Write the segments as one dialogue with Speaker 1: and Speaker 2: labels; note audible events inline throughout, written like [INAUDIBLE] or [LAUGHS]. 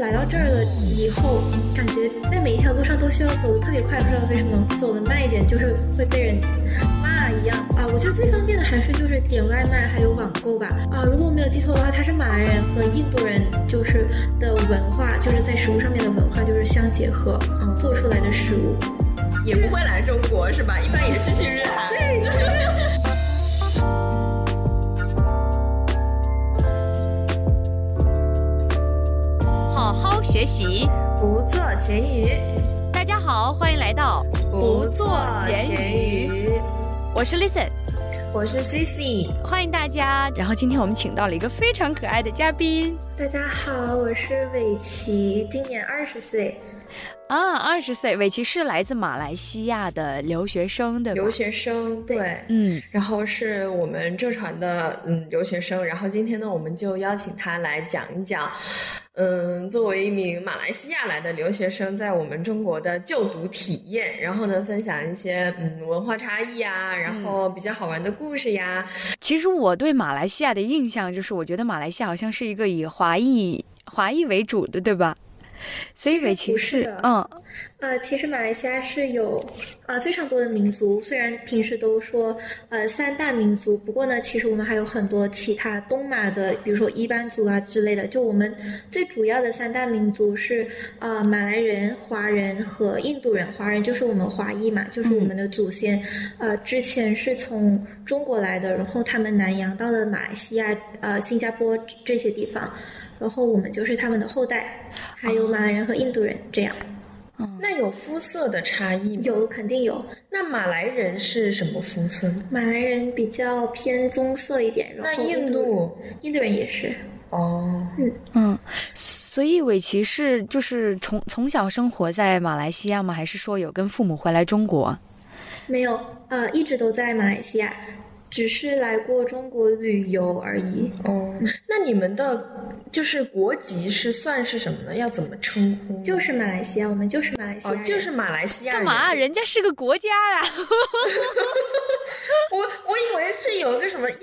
Speaker 1: 来到这儿了以后，感觉在每一条路上都需要走得特别快，不知道为什么走得慢一点就是会被人骂一样啊。我觉得最方便的还是就是点外卖还有网购吧啊。如果我没有记错的话，它是马来人和印度人就是的文化，就是在食物上面的文化就是相结合，嗯，做出来的食物。
Speaker 2: 也不会来中国是吧？一般也是去日韩。
Speaker 3: 好好学习，
Speaker 4: 不做咸鱼。
Speaker 3: 大家好，欢迎来到
Speaker 4: 不做咸鱼。
Speaker 3: 我是 Listen，
Speaker 4: 我是 Cici，
Speaker 3: 欢迎大家。然后今天我们请到了一个非常可爱的嘉宾。
Speaker 1: 大家好，我是伟奇，今年二十岁。
Speaker 3: 啊，二十岁，韦奇是来自马来西亚的留学生，对吧？
Speaker 4: 留学生，对，
Speaker 3: 嗯，
Speaker 4: 然后是我们浙传的嗯留学生，然后今天呢，我们就邀请他来讲一讲，嗯，作为一名马来西亚来的留学生，在我们中国的就读体验，然后呢，分享一些嗯文化差异啊，然后比较好玩的故事呀。
Speaker 3: 其实我对马来西亚的印象就是，我觉得马来西亚好像是一个以华裔华裔为主的，对吧？所以尾
Speaker 1: 其
Speaker 3: 琴
Speaker 1: 实不是的
Speaker 3: 嗯，
Speaker 1: 呃，其实马来西亚是有呃非常多的民族，虽然平时都说呃三大民族，不过呢，其实我们还有很多其他东马的，比如说伊班族啊之类的。就我们最主要的三大民族是呃马来人、华人和印度人。华人就是我们华裔嘛，就是我们的祖先，呃，之前是从中国来的，然后他们南洋到了马来西亚、呃新加坡这些地方。然后我们就是他们的后代，还有马来人和印度人这样。
Speaker 4: 那有肤色的差异吗？
Speaker 1: 有肯定有，
Speaker 4: 那马来人是什么肤色呢？
Speaker 1: 马来人比较偏棕色一点，然后
Speaker 4: 那印
Speaker 1: 印
Speaker 4: 度
Speaker 1: 印度人也是，
Speaker 4: 哦，
Speaker 3: 嗯，所以韦奇是就是从从小生活在马来西亚吗？还是说有跟父母回来中国？
Speaker 1: 没有呃一直都在马来西亚，只是来过中国旅游而已。
Speaker 4: 哦， [LAUGHS] 那你们的就是国籍是算是什么呢？要怎么称呼呢？
Speaker 1: 就是马来西亚，我们就是马来西亚
Speaker 4: 哦，
Speaker 1: 人、
Speaker 4: 就是马来西亚
Speaker 3: 干
Speaker 4: 人。
Speaker 3: 嘛？人家是个国家啊！
Speaker 4: 我我以为是有一个什么亚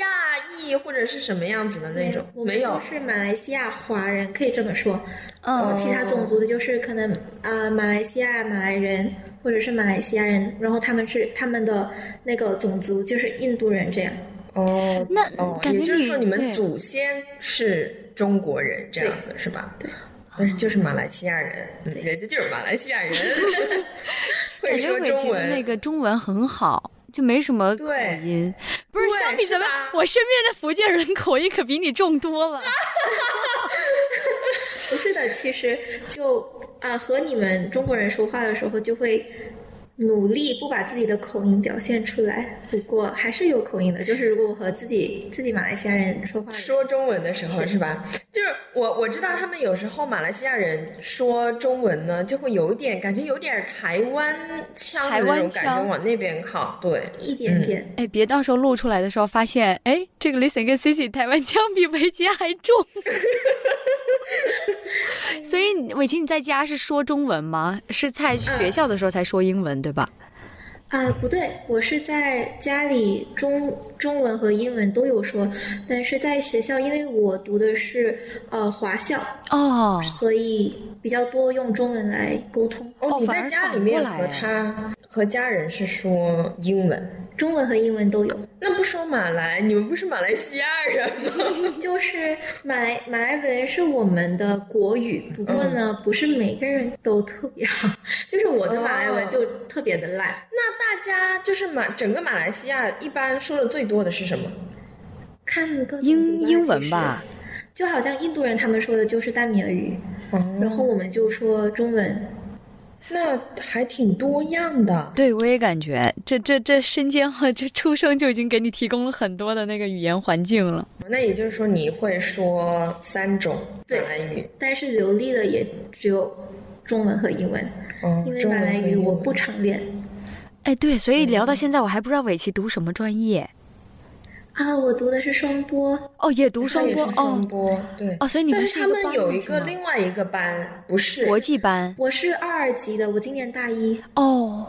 Speaker 4: 裔或者是什么样子的那种，
Speaker 1: 我
Speaker 4: 没
Speaker 1: 们
Speaker 4: 有
Speaker 1: 就。是马来西亚华人，可以这么说。然后
Speaker 3: 嗯，
Speaker 1: 其他种族的就是可能啊、呃马来西亚马来人或者是马来西亚人，然后他们是他们的那个种族就是印度人这样。
Speaker 4: 哦，
Speaker 3: 那
Speaker 4: 哦，
Speaker 3: 感觉
Speaker 4: 也就是说你们
Speaker 3: 对
Speaker 4: 祖先是中国人这样子是吧？对。但是就是马来西亚人，嗯，人家就是马来西亚人， [LAUGHS] 会
Speaker 3: 感觉
Speaker 4: 说
Speaker 3: 韦
Speaker 4: 中
Speaker 3: 奇的
Speaker 4: 文。
Speaker 3: 那个中文很好，就没什么口
Speaker 4: 对
Speaker 3: 音。不是
Speaker 4: 对
Speaker 3: 相比
Speaker 4: 是
Speaker 3: 咱们
Speaker 4: 吧，
Speaker 3: 我身边的福建人口音可比你重多了。
Speaker 1: 不是的，其实就啊、和你们中国人说话的时候，就会努力不把自己的口音表现出来。不过还是有口音的，就是如果我和自己自己马来西亚人说话，
Speaker 4: 说中文的时候是吧？就是我我知道他们有时候马来西亚人说中文呢，就会有点感觉有点台湾腔的
Speaker 3: 台
Speaker 4: 那
Speaker 3: 湾
Speaker 4: 种
Speaker 3: 腔
Speaker 4: 感觉往那边靠。对，
Speaker 1: 一点点。
Speaker 3: 哎，别到时候录出来的时候发现，哎，这个 listen 跟 Cici 台湾腔比围棋还
Speaker 4: [LAUGHS]
Speaker 3: 重。所以你伟奇，你在家是说中文吗？是在
Speaker 4: 嗯
Speaker 3: 学校的时候才说英文，对吧？
Speaker 1: 啊、不对，我是在家里中中文和英文都有说，但是在学校，因为我读的是呃华校，
Speaker 3: 哦，
Speaker 1: 所以比较多用中文来沟通，
Speaker 4: 哦，你
Speaker 3: 反
Speaker 4: 在
Speaker 3: 而
Speaker 4: 家
Speaker 3: 反
Speaker 4: 里面
Speaker 3: 过来
Speaker 4: 和
Speaker 3: 哎
Speaker 4: 他和家人是说英文，
Speaker 1: 中文和英文都有。
Speaker 4: 那不说马来，你们不是马来西亚人吗？ [LAUGHS]
Speaker 1: 就是马来马来文是我们的国语，不过呢，
Speaker 4: 嗯
Speaker 1: 不是每个人都特别好。就是我的马来文就特别的烂，
Speaker 4: 那大家就是马整个马来西亚一般说的最多的是什么？
Speaker 1: 看各种
Speaker 3: 英
Speaker 1: 族
Speaker 3: 英文吧，，
Speaker 1: 其实就好像印度人他们说的就是淡米尔语，
Speaker 4: 哦，
Speaker 1: 然后我们就说中文。
Speaker 4: 那还挺多样的。
Speaker 3: 对我也感觉这这这身兼这出生就已经给你提供了很多的那个语言环境了。
Speaker 4: 那也就是说你会说三种马
Speaker 1: 对
Speaker 4: 来语。
Speaker 1: 但是流利的也只有中文和英文，
Speaker 4: 哦
Speaker 1: 因为
Speaker 4: 中
Speaker 1: 马
Speaker 4: 文
Speaker 1: 来
Speaker 4: 和
Speaker 1: 语
Speaker 4: 英
Speaker 1: 我
Speaker 4: 文
Speaker 1: 不常练
Speaker 3: 哎，对，所以聊到现在，我还不知道伟奇读什么专业。
Speaker 1: 啊。我读的是双播，
Speaker 3: 哦，也读
Speaker 4: 它
Speaker 3: 双
Speaker 4: 也
Speaker 3: 播
Speaker 4: 是
Speaker 3: 哦
Speaker 4: 双，播，对。
Speaker 3: 哦所以你
Speaker 4: 但
Speaker 3: 们
Speaker 4: 是
Speaker 3: 是
Speaker 4: 他
Speaker 3: 一个
Speaker 4: 们
Speaker 3: 班
Speaker 4: 有
Speaker 3: 的
Speaker 4: 一
Speaker 3: 是
Speaker 4: 个
Speaker 3: 吗
Speaker 4: 另外一个班，不是
Speaker 3: 国际班
Speaker 1: 我是二级的，我今年大一。
Speaker 3: 哦。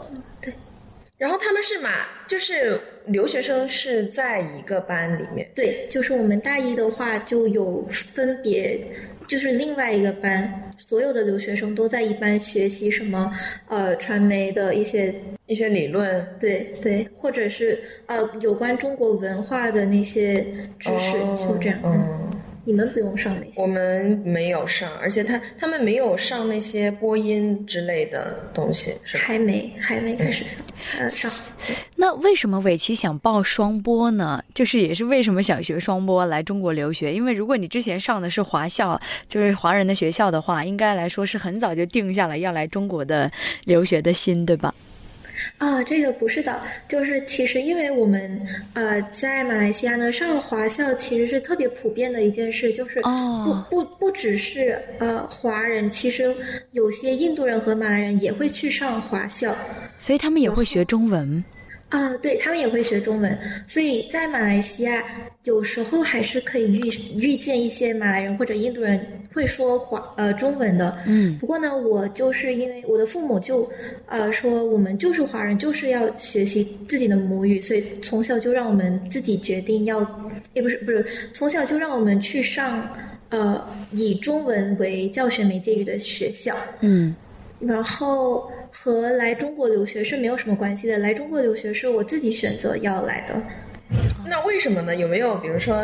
Speaker 4: 然后他们是马，就是留学生是在一个班里面。
Speaker 1: 对，就是我们大一的话就有分别，就是另外一个班，所有的留学生都在一班学习什么呃传媒的一些
Speaker 4: 一些理论
Speaker 1: 对对，或者是呃有关中国文化的那些知识，
Speaker 4: 哦
Speaker 1: 就这样。
Speaker 4: 嗯
Speaker 1: 你们不用上那些。
Speaker 4: 我们没有上，而且他他们没有上那些播音之类的东西，是吧？
Speaker 1: 还没，还没开始上，
Speaker 4: 嗯
Speaker 1: 呃，上
Speaker 3: 那为什么伟奇想报双播呢？就是也是为什么想学双播来中国留学？因为如果你之前上的是华校，就是华人的学校的话，应该来说是很早就定下了要来中国的留学的心，对吧？
Speaker 1: 啊，这个不是的，就是其实因为我们呃在马来西亚呢上华校其实是特别普遍的一件事，就是不、
Speaker 3: 哦
Speaker 1: 不不只是呃华人，其实有些印度人和马来人也会去上华校。
Speaker 3: 所以他们也会学中文。
Speaker 1: 啊，对，他们也会学中文，所以在马来西亚有时候还是可以遇遇见一些马来人或者印度人会说华呃中文的。
Speaker 3: 嗯，
Speaker 1: 不过呢，我就是因为我的父母就呃说我们就是华人，就是要学习自己的母语，所以从小就让我们自己决定要，也不是不是，从小就让我们去上呃以中文为教学媒介语的学校。
Speaker 3: 嗯，
Speaker 1: 然后和来中国留学是没有什么关系的。来中国留学是我自己选择要来的。
Speaker 3: 哦
Speaker 4: 那为什么呢？有没有比如说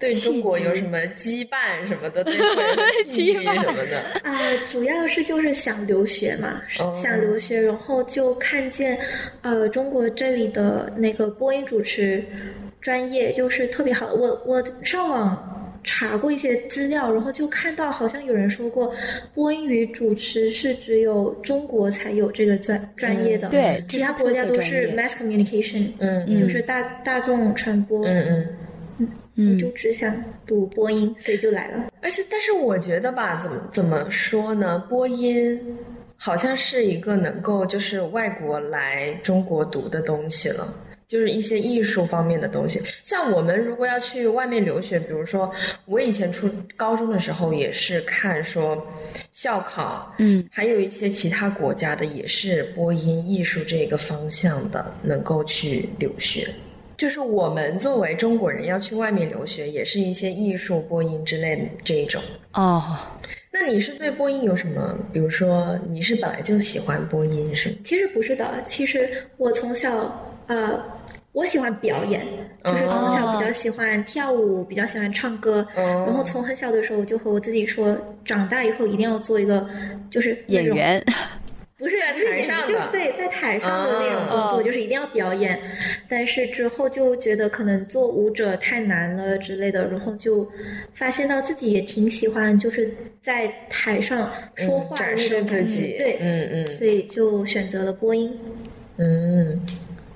Speaker 4: 对中国有什么羁绊什么的，
Speaker 3: [LAUGHS]
Speaker 4: 对或者是禁忌
Speaker 3: 羁绊
Speaker 4: 什么的？
Speaker 1: 啊、主要是就是想留学嘛，
Speaker 4: 哦
Speaker 1: 想留学，然后就看见，呃，中国这里的那个播音主持专业就是特别好。我我上网查过一些资料，然后就看到好像有人说过，播音与主持是只有中国才有这个专专业的，
Speaker 3: 嗯对
Speaker 1: 其他国家都是
Speaker 3: 这是特色专
Speaker 1: mass communication，
Speaker 4: 嗯
Speaker 3: 嗯
Speaker 1: 就是大大众传播，
Speaker 4: 嗯嗯。
Speaker 1: 我
Speaker 3: 嗯
Speaker 1: 就只想读播音，所以就来了。
Speaker 4: 而且，但是我觉得吧，怎么怎么说呢？播音好像是一个能够就是外国来中国读的东西了。就是一些艺术方面的东西，像我们如果要去外面留学，比如说我以前初高中的时候也是看说校考，
Speaker 3: 嗯，
Speaker 4: 还有一些其他国家的也是播音艺术这个方向的，能够去留学。就是我们作为中国人要去外面留学，也是一些艺术、播音之类的这一种。
Speaker 3: 哦，
Speaker 4: 那你是对播音有什么？比如说，你是本来就喜欢播音是吗？
Speaker 1: 其实不是的，其实我从小呃，我喜欢表演，就是从小比较喜欢跳舞，比较喜欢唱歌，
Speaker 4: 哦
Speaker 1: 然后从很小的时候我就和我自己说，长大以后一定要做一个就是那
Speaker 3: 演
Speaker 1: 种，
Speaker 3: 员。
Speaker 1: 不是
Speaker 4: 在
Speaker 1: 不是
Speaker 4: 台
Speaker 1: 演
Speaker 4: 上
Speaker 1: 员，就
Speaker 4: 的
Speaker 1: 对，在台上的那种工作，
Speaker 3: 哦
Speaker 1: 就是一定要表演。但是之后就觉得可能做舞者太难了之类的，然后就发现到自己也挺喜欢，就是在台上说话的
Speaker 4: 嗯展
Speaker 1: 那
Speaker 4: 示
Speaker 1: 种感觉、
Speaker 4: 自己，
Speaker 1: 对，
Speaker 4: 嗯嗯
Speaker 1: 所以就选择了播音。
Speaker 4: 嗯。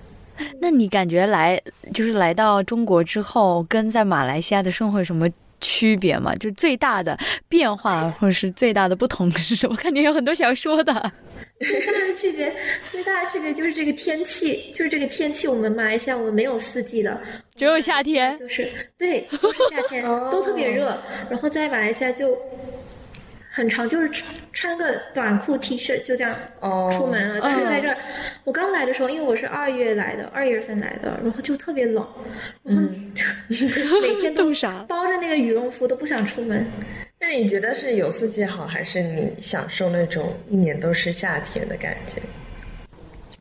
Speaker 3: [LAUGHS] 那你感觉来就是来到中国之后，跟在马来西亚的生活有什么区别吗？就最大的变化或者是最大的不同是什么？ [LAUGHS] 我感觉有很多想说的。
Speaker 1: 最大的 [LAUGHS] 区别，最大的区别就是这个天气，就是这个天气，我们马来西亚我们没有四季的，
Speaker 3: 只有夏天，
Speaker 1: 就是对，都是夏天
Speaker 4: 哦，
Speaker 1: 都特别热。然后在马来西亚就很长，就是穿穿个短裤 T 恤就这样
Speaker 4: 哦
Speaker 1: 出门了。但是在这儿，
Speaker 3: 嗯
Speaker 1: 我刚来的时候，因为我是二月来的，二月份来的，然后就特别冷，然后
Speaker 3: 嗯 [LAUGHS]
Speaker 1: 每天都
Speaker 3: [LAUGHS] 冻傻了
Speaker 1: 包着那个羽绒服都不想出门。
Speaker 4: 那你觉得是有四季好，还是你享受那种一年都是夏天的感觉？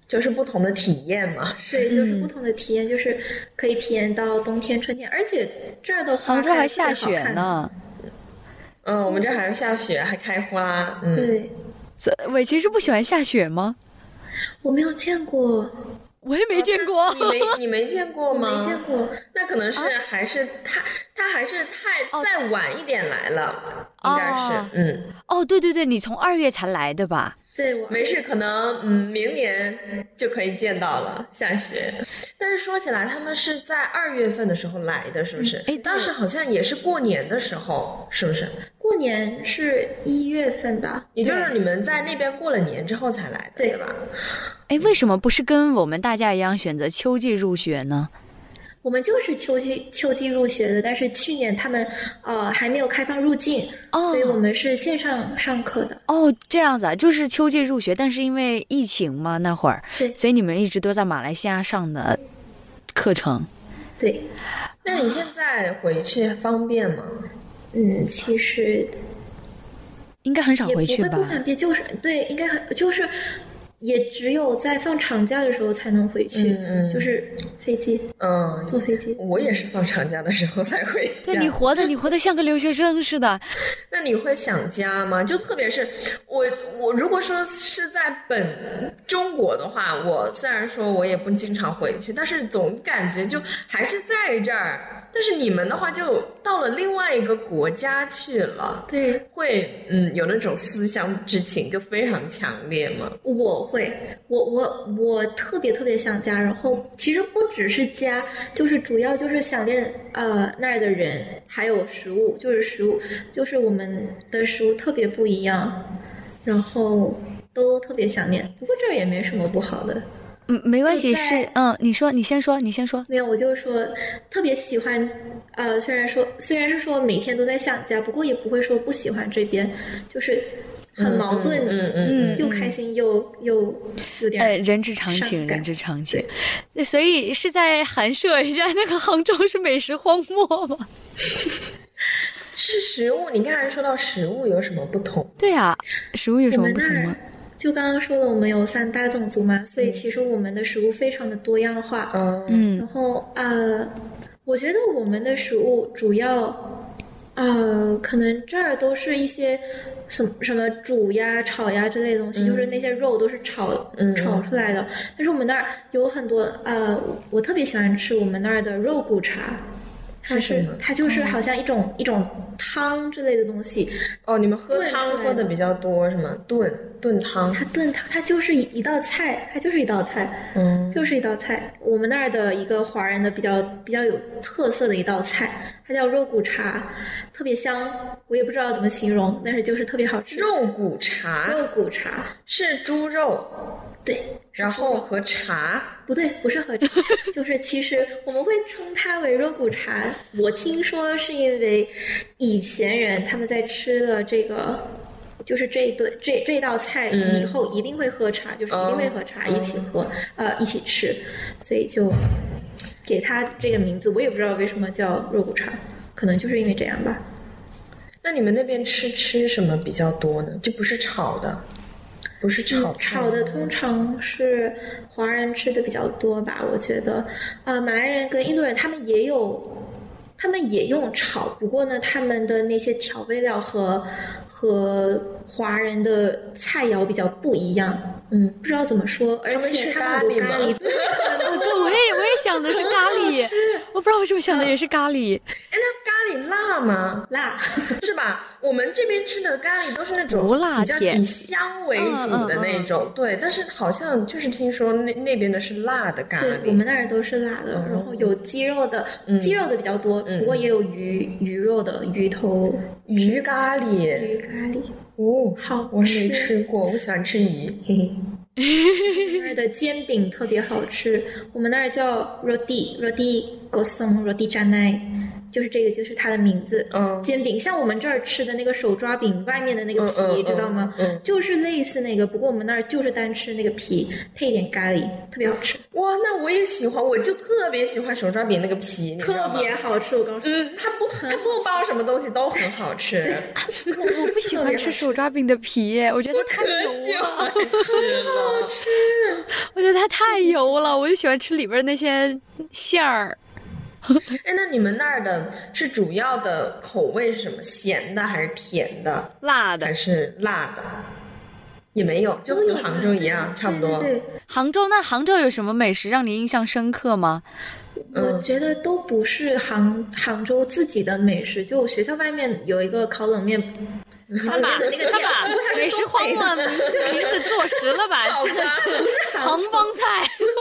Speaker 4: 就是不同的体验嘛。
Speaker 1: 对，就是
Speaker 3: 嗯
Speaker 1: 不同的体验，就是可以体验到冬天、春天，而且这儿的花
Speaker 3: 杭州
Speaker 1: 开
Speaker 3: 还
Speaker 1: 特别
Speaker 3: 下
Speaker 1: 好
Speaker 3: 雪
Speaker 1: 看。
Speaker 3: 呢。
Speaker 4: 嗯，我们这还要下雪，还开花。嗯，
Speaker 1: 对，
Speaker 3: 这伟奇是不喜欢下雪吗？
Speaker 1: 我没有见过，
Speaker 3: 我也没见过。
Speaker 4: 你没你没见过
Speaker 1: 我没
Speaker 4: 吗？
Speaker 1: 见过。啊
Speaker 4: 那可能是还是太他还是太
Speaker 3: 哦
Speaker 4: 再晚一点来了，应该
Speaker 3: 哦
Speaker 4: 是。嗯，
Speaker 3: 哦，对对对，你从二月才来对吧？
Speaker 1: 对，我
Speaker 4: 没事，可能嗯明年就可以见到了下雪。但是说起来，他们是在二月份的时候来的，是不是
Speaker 1: 嗯
Speaker 3: 哎对？
Speaker 4: 当时好像也是过年的时候，是不是？
Speaker 1: 过年是一月份吧？
Speaker 4: 也就是你们在那边过了年之后才来的，
Speaker 1: 对
Speaker 4: 对吧？
Speaker 3: 哎，为什么不是跟我们大家一样选择秋季入学呢？
Speaker 1: 我们就是秋季秋季入学的，但是去年他们呃还没有开放入境，
Speaker 3: 哦
Speaker 1: 所以我们是线上上课的。
Speaker 3: 哦，这样子啊，就是秋季入学，但是因为疫情嘛，那会儿，
Speaker 1: 对
Speaker 3: 所以你们一直都在马来西亚上的课程。
Speaker 1: 对，
Speaker 4: 那你现在回去方便吗？
Speaker 1: 嗯，其实
Speaker 3: 应该很少
Speaker 1: 也
Speaker 3: 回
Speaker 1: 不
Speaker 3: 去
Speaker 1: 会
Speaker 3: 吧
Speaker 1: 不？方便，就是对，应该很就是，也只有在放长假的时候才能回去，
Speaker 4: 嗯嗯
Speaker 1: 就是飞机
Speaker 4: 嗯，
Speaker 1: 坐飞机。
Speaker 4: 我也是放长假的时候才回家。
Speaker 3: 对你活的，
Speaker 1: 啊
Speaker 3: 你活得像个留学生似的。
Speaker 4: 那你会想家吗？就特别是我，我如果说是在本中国的话，我虽然说我也不经常回去，但是总感觉就还是在这儿。但是你们的话，就到了另外一个国家去了，
Speaker 1: 对，
Speaker 4: 会嗯有那种思乡之情，就非常强烈嘛。
Speaker 1: 我会，我我我特别特别想家，然后其实不只是家，就是主要就是想念呃那儿的人，还有食物，就是食物，就是我们的食物特别不一样，然后都特别想念。不过这儿也没什么不好的，
Speaker 3: 嗯，没关系，
Speaker 1: 就在
Speaker 3: 是嗯，你说，你先说，你先说。
Speaker 1: 没有，我就是说特别喜欢，呃，虽然说虽然是说每天都在想家，不过也不会说不喜欢这边，就是很矛盾，
Speaker 4: 嗯嗯
Speaker 3: 嗯，
Speaker 1: 又开心又又有点、
Speaker 3: 呃，人之常
Speaker 1: 伤
Speaker 3: 情，人
Speaker 1: 感
Speaker 3: 之常情。那所以是在寒舍一下，那个杭州是美食荒漠吗？
Speaker 4: 是食物，你刚才说到食物有什么不同？
Speaker 3: 对啊，食物有什
Speaker 1: 我
Speaker 3: 么
Speaker 1: 们
Speaker 3: 不
Speaker 1: 那
Speaker 3: 同
Speaker 1: 儿
Speaker 3: 吗？
Speaker 1: 就刚刚说了，我们有三大种族嘛，所以其实我们的食物非常的多样化。
Speaker 4: 嗯
Speaker 3: 嗯
Speaker 1: 然后呃，我觉得我们的食物主要呃，可能这儿都是一些什么什么煮呀、炒呀之类的东西，就是那些肉都是炒、
Speaker 4: 嗯
Speaker 1: 炒出来的。但是我们那儿有很多呃，我我特别喜欢吃我们那儿的肉骨茶。它
Speaker 4: 是
Speaker 1: 是
Speaker 4: 什么
Speaker 1: 它就是好像一种、一种汤之类的东西，
Speaker 4: 哦，你们喝
Speaker 1: 炖
Speaker 4: 汤
Speaker 1: 出来
Speaker 4: 喝的
Speaker 1: 的
Speaker 4: 比较多是吗？炖炖汤，
Speaker 1: 它炖汤，它就是一一道菜，它就是一道菜，
Speaker 4: 嗯
Speaker 1: 就是一道菜。我们那儿的一个华人的比较比较有特色的一道菜，它叫肉骨茶，特别香，我也不知道怎么形容，但是就是特别好吃。
Speaker 4: 肉骨茶
Speaker 1: 肉骨茶，
Speaker 4: 是猪肉，
Speaker 1: 对，
Speaker 4: 然后和茶，
Speaker 1: 不对，不是喝茶， [LAUGHS] 就是其实我们会称它为肉骨茶。我听说是因为以前人他们在吃了这个。就是这一顿这这道菜
Speaker 4: 嗯
Speaker 1: 以后一定会喝茶，就是一定会喝茶，一起喝，呃，一起吃，所以就给它这个名字，我也不知道为什么叫肉骨茶，可能就是因为这样吧。
Speaker 4: 那你们那边吃吃什么比较多呢？就不是炒的，不是炒菜
Speaker 1: 嗯炒的通常是华人吃的比较多吧，我觉得，呃，马来人跟印度人他们也有，他们也用炒，不过呢，他们的那些调味料和和华人的菜肴比较不一样，
Speaker 4: 嗯，
Speaker 1: 不知道怎么说，而
Speaker 4: 们
Speaker 1: 且
Speaker 4: 是
Speaker 1: 他
Speaker 4: 咖
Speaker 1: 们有
Speaker 4: 喱吗
Speaker 1: 咖喱，对
Speaker 3: 我跟啊我也我也想的是咖
Speaker 1: [LAUGHS]
Speaker 3: 喱，我不知道为什么想的也是咖喱。
Speaker 4: 哎，那咖喱辣吗？ [LAUGHS]
Speaker 1: 辣，
Speaker 4: 是吧？我们这边吃的咖喱都是那种
Speaker 3: 不辣
Speaker 4: 比较
Speaker 3: 甜
Speaker 4: 以香为主的那
Speaker 1: 嗯
Speaker 4: 种，对。但是好像就是听说那那边的是辣的咖
Speaker 1: 对
Speaker 4: 喱，哦嗯
Speaker 1: 我们那儿都是辣的，然后有鸡肉的，鸡肉的比较多，不过也有鱼鱼肉的鱼头
Speaker 4: 鱼咖喱
Speaker 1: 鱼咖喱。
Speaker 4: 哦，
Speaker 1: 好
Speaker 4: 我还
Speaker 1: 吃
Speaker 4: 没吃过，我喜欢吃鱼，嘿嘿。
Speaker 1: 那儿的煎饼特别好吃，我们那儿叫 roti roti gosong roti janai，就是这个就是它的名字。
Speaker 4: 嗯
Speaker 1: 煎饼像我们这儿吃的那个手抓饼，外面的那个皮，
Speaker 4: 嗯嗯
Speaker 1: 知道吗？
Speaker 4: 嗯嗯
Speaker 1: 就是类似那个，不过我们那儿就是单吃那个皮，配一点咖喱，特别好吃，
Speaker 4: 哇，那我也喜欢，我就特别喜欢手抓饼那个皮，你知道
Speaker 1: 特
Speaker 4: 吗
Speaker 1: 别好吃。我刚说，
Speaker 4: 嗯，它不它不包什么东西都很好吃，
Speaker 3: 我不喜欢吃手抓饼的皮耶，我觉得
Speaker 4: 我
Speaker 3: 它太
Speaker 4: 可喜
Speaker 3: 油了，
Speaker 4: 欢吃了。
Speaker 3: 我觉得它太油了，我就喜欢吃里边那些馅儿。
Speaker 4: 哎，那你们那儿的是主要的口味是什么？咸的还是甜的，
Speaker 3: 辣的
Speaker 4: 还，是辣的？也没有，就
Speaker 1: 有
Speaker 4: 和杭州一样，差不多。
Speaker 1: 对对
Speaker 3: 杭州那杭州有什么美食让你印象深刻吗？
Speaker 4: 嗯
Speaker 1: 对，我觉得都不是杭杭州自己的美食，就学校外面有一个烤冷面，烤冷面的那个
Speaker 3: 他
Speaker 1: 店，
Speaker 3: 把美
Speaker 1: [LAUGHS]
Speaker 3: 食荒漠名字坐实
Speaker 4: [LAUGHS]
Speaker 3: 了吧？真的是杭帮菜。 [LAUGHS]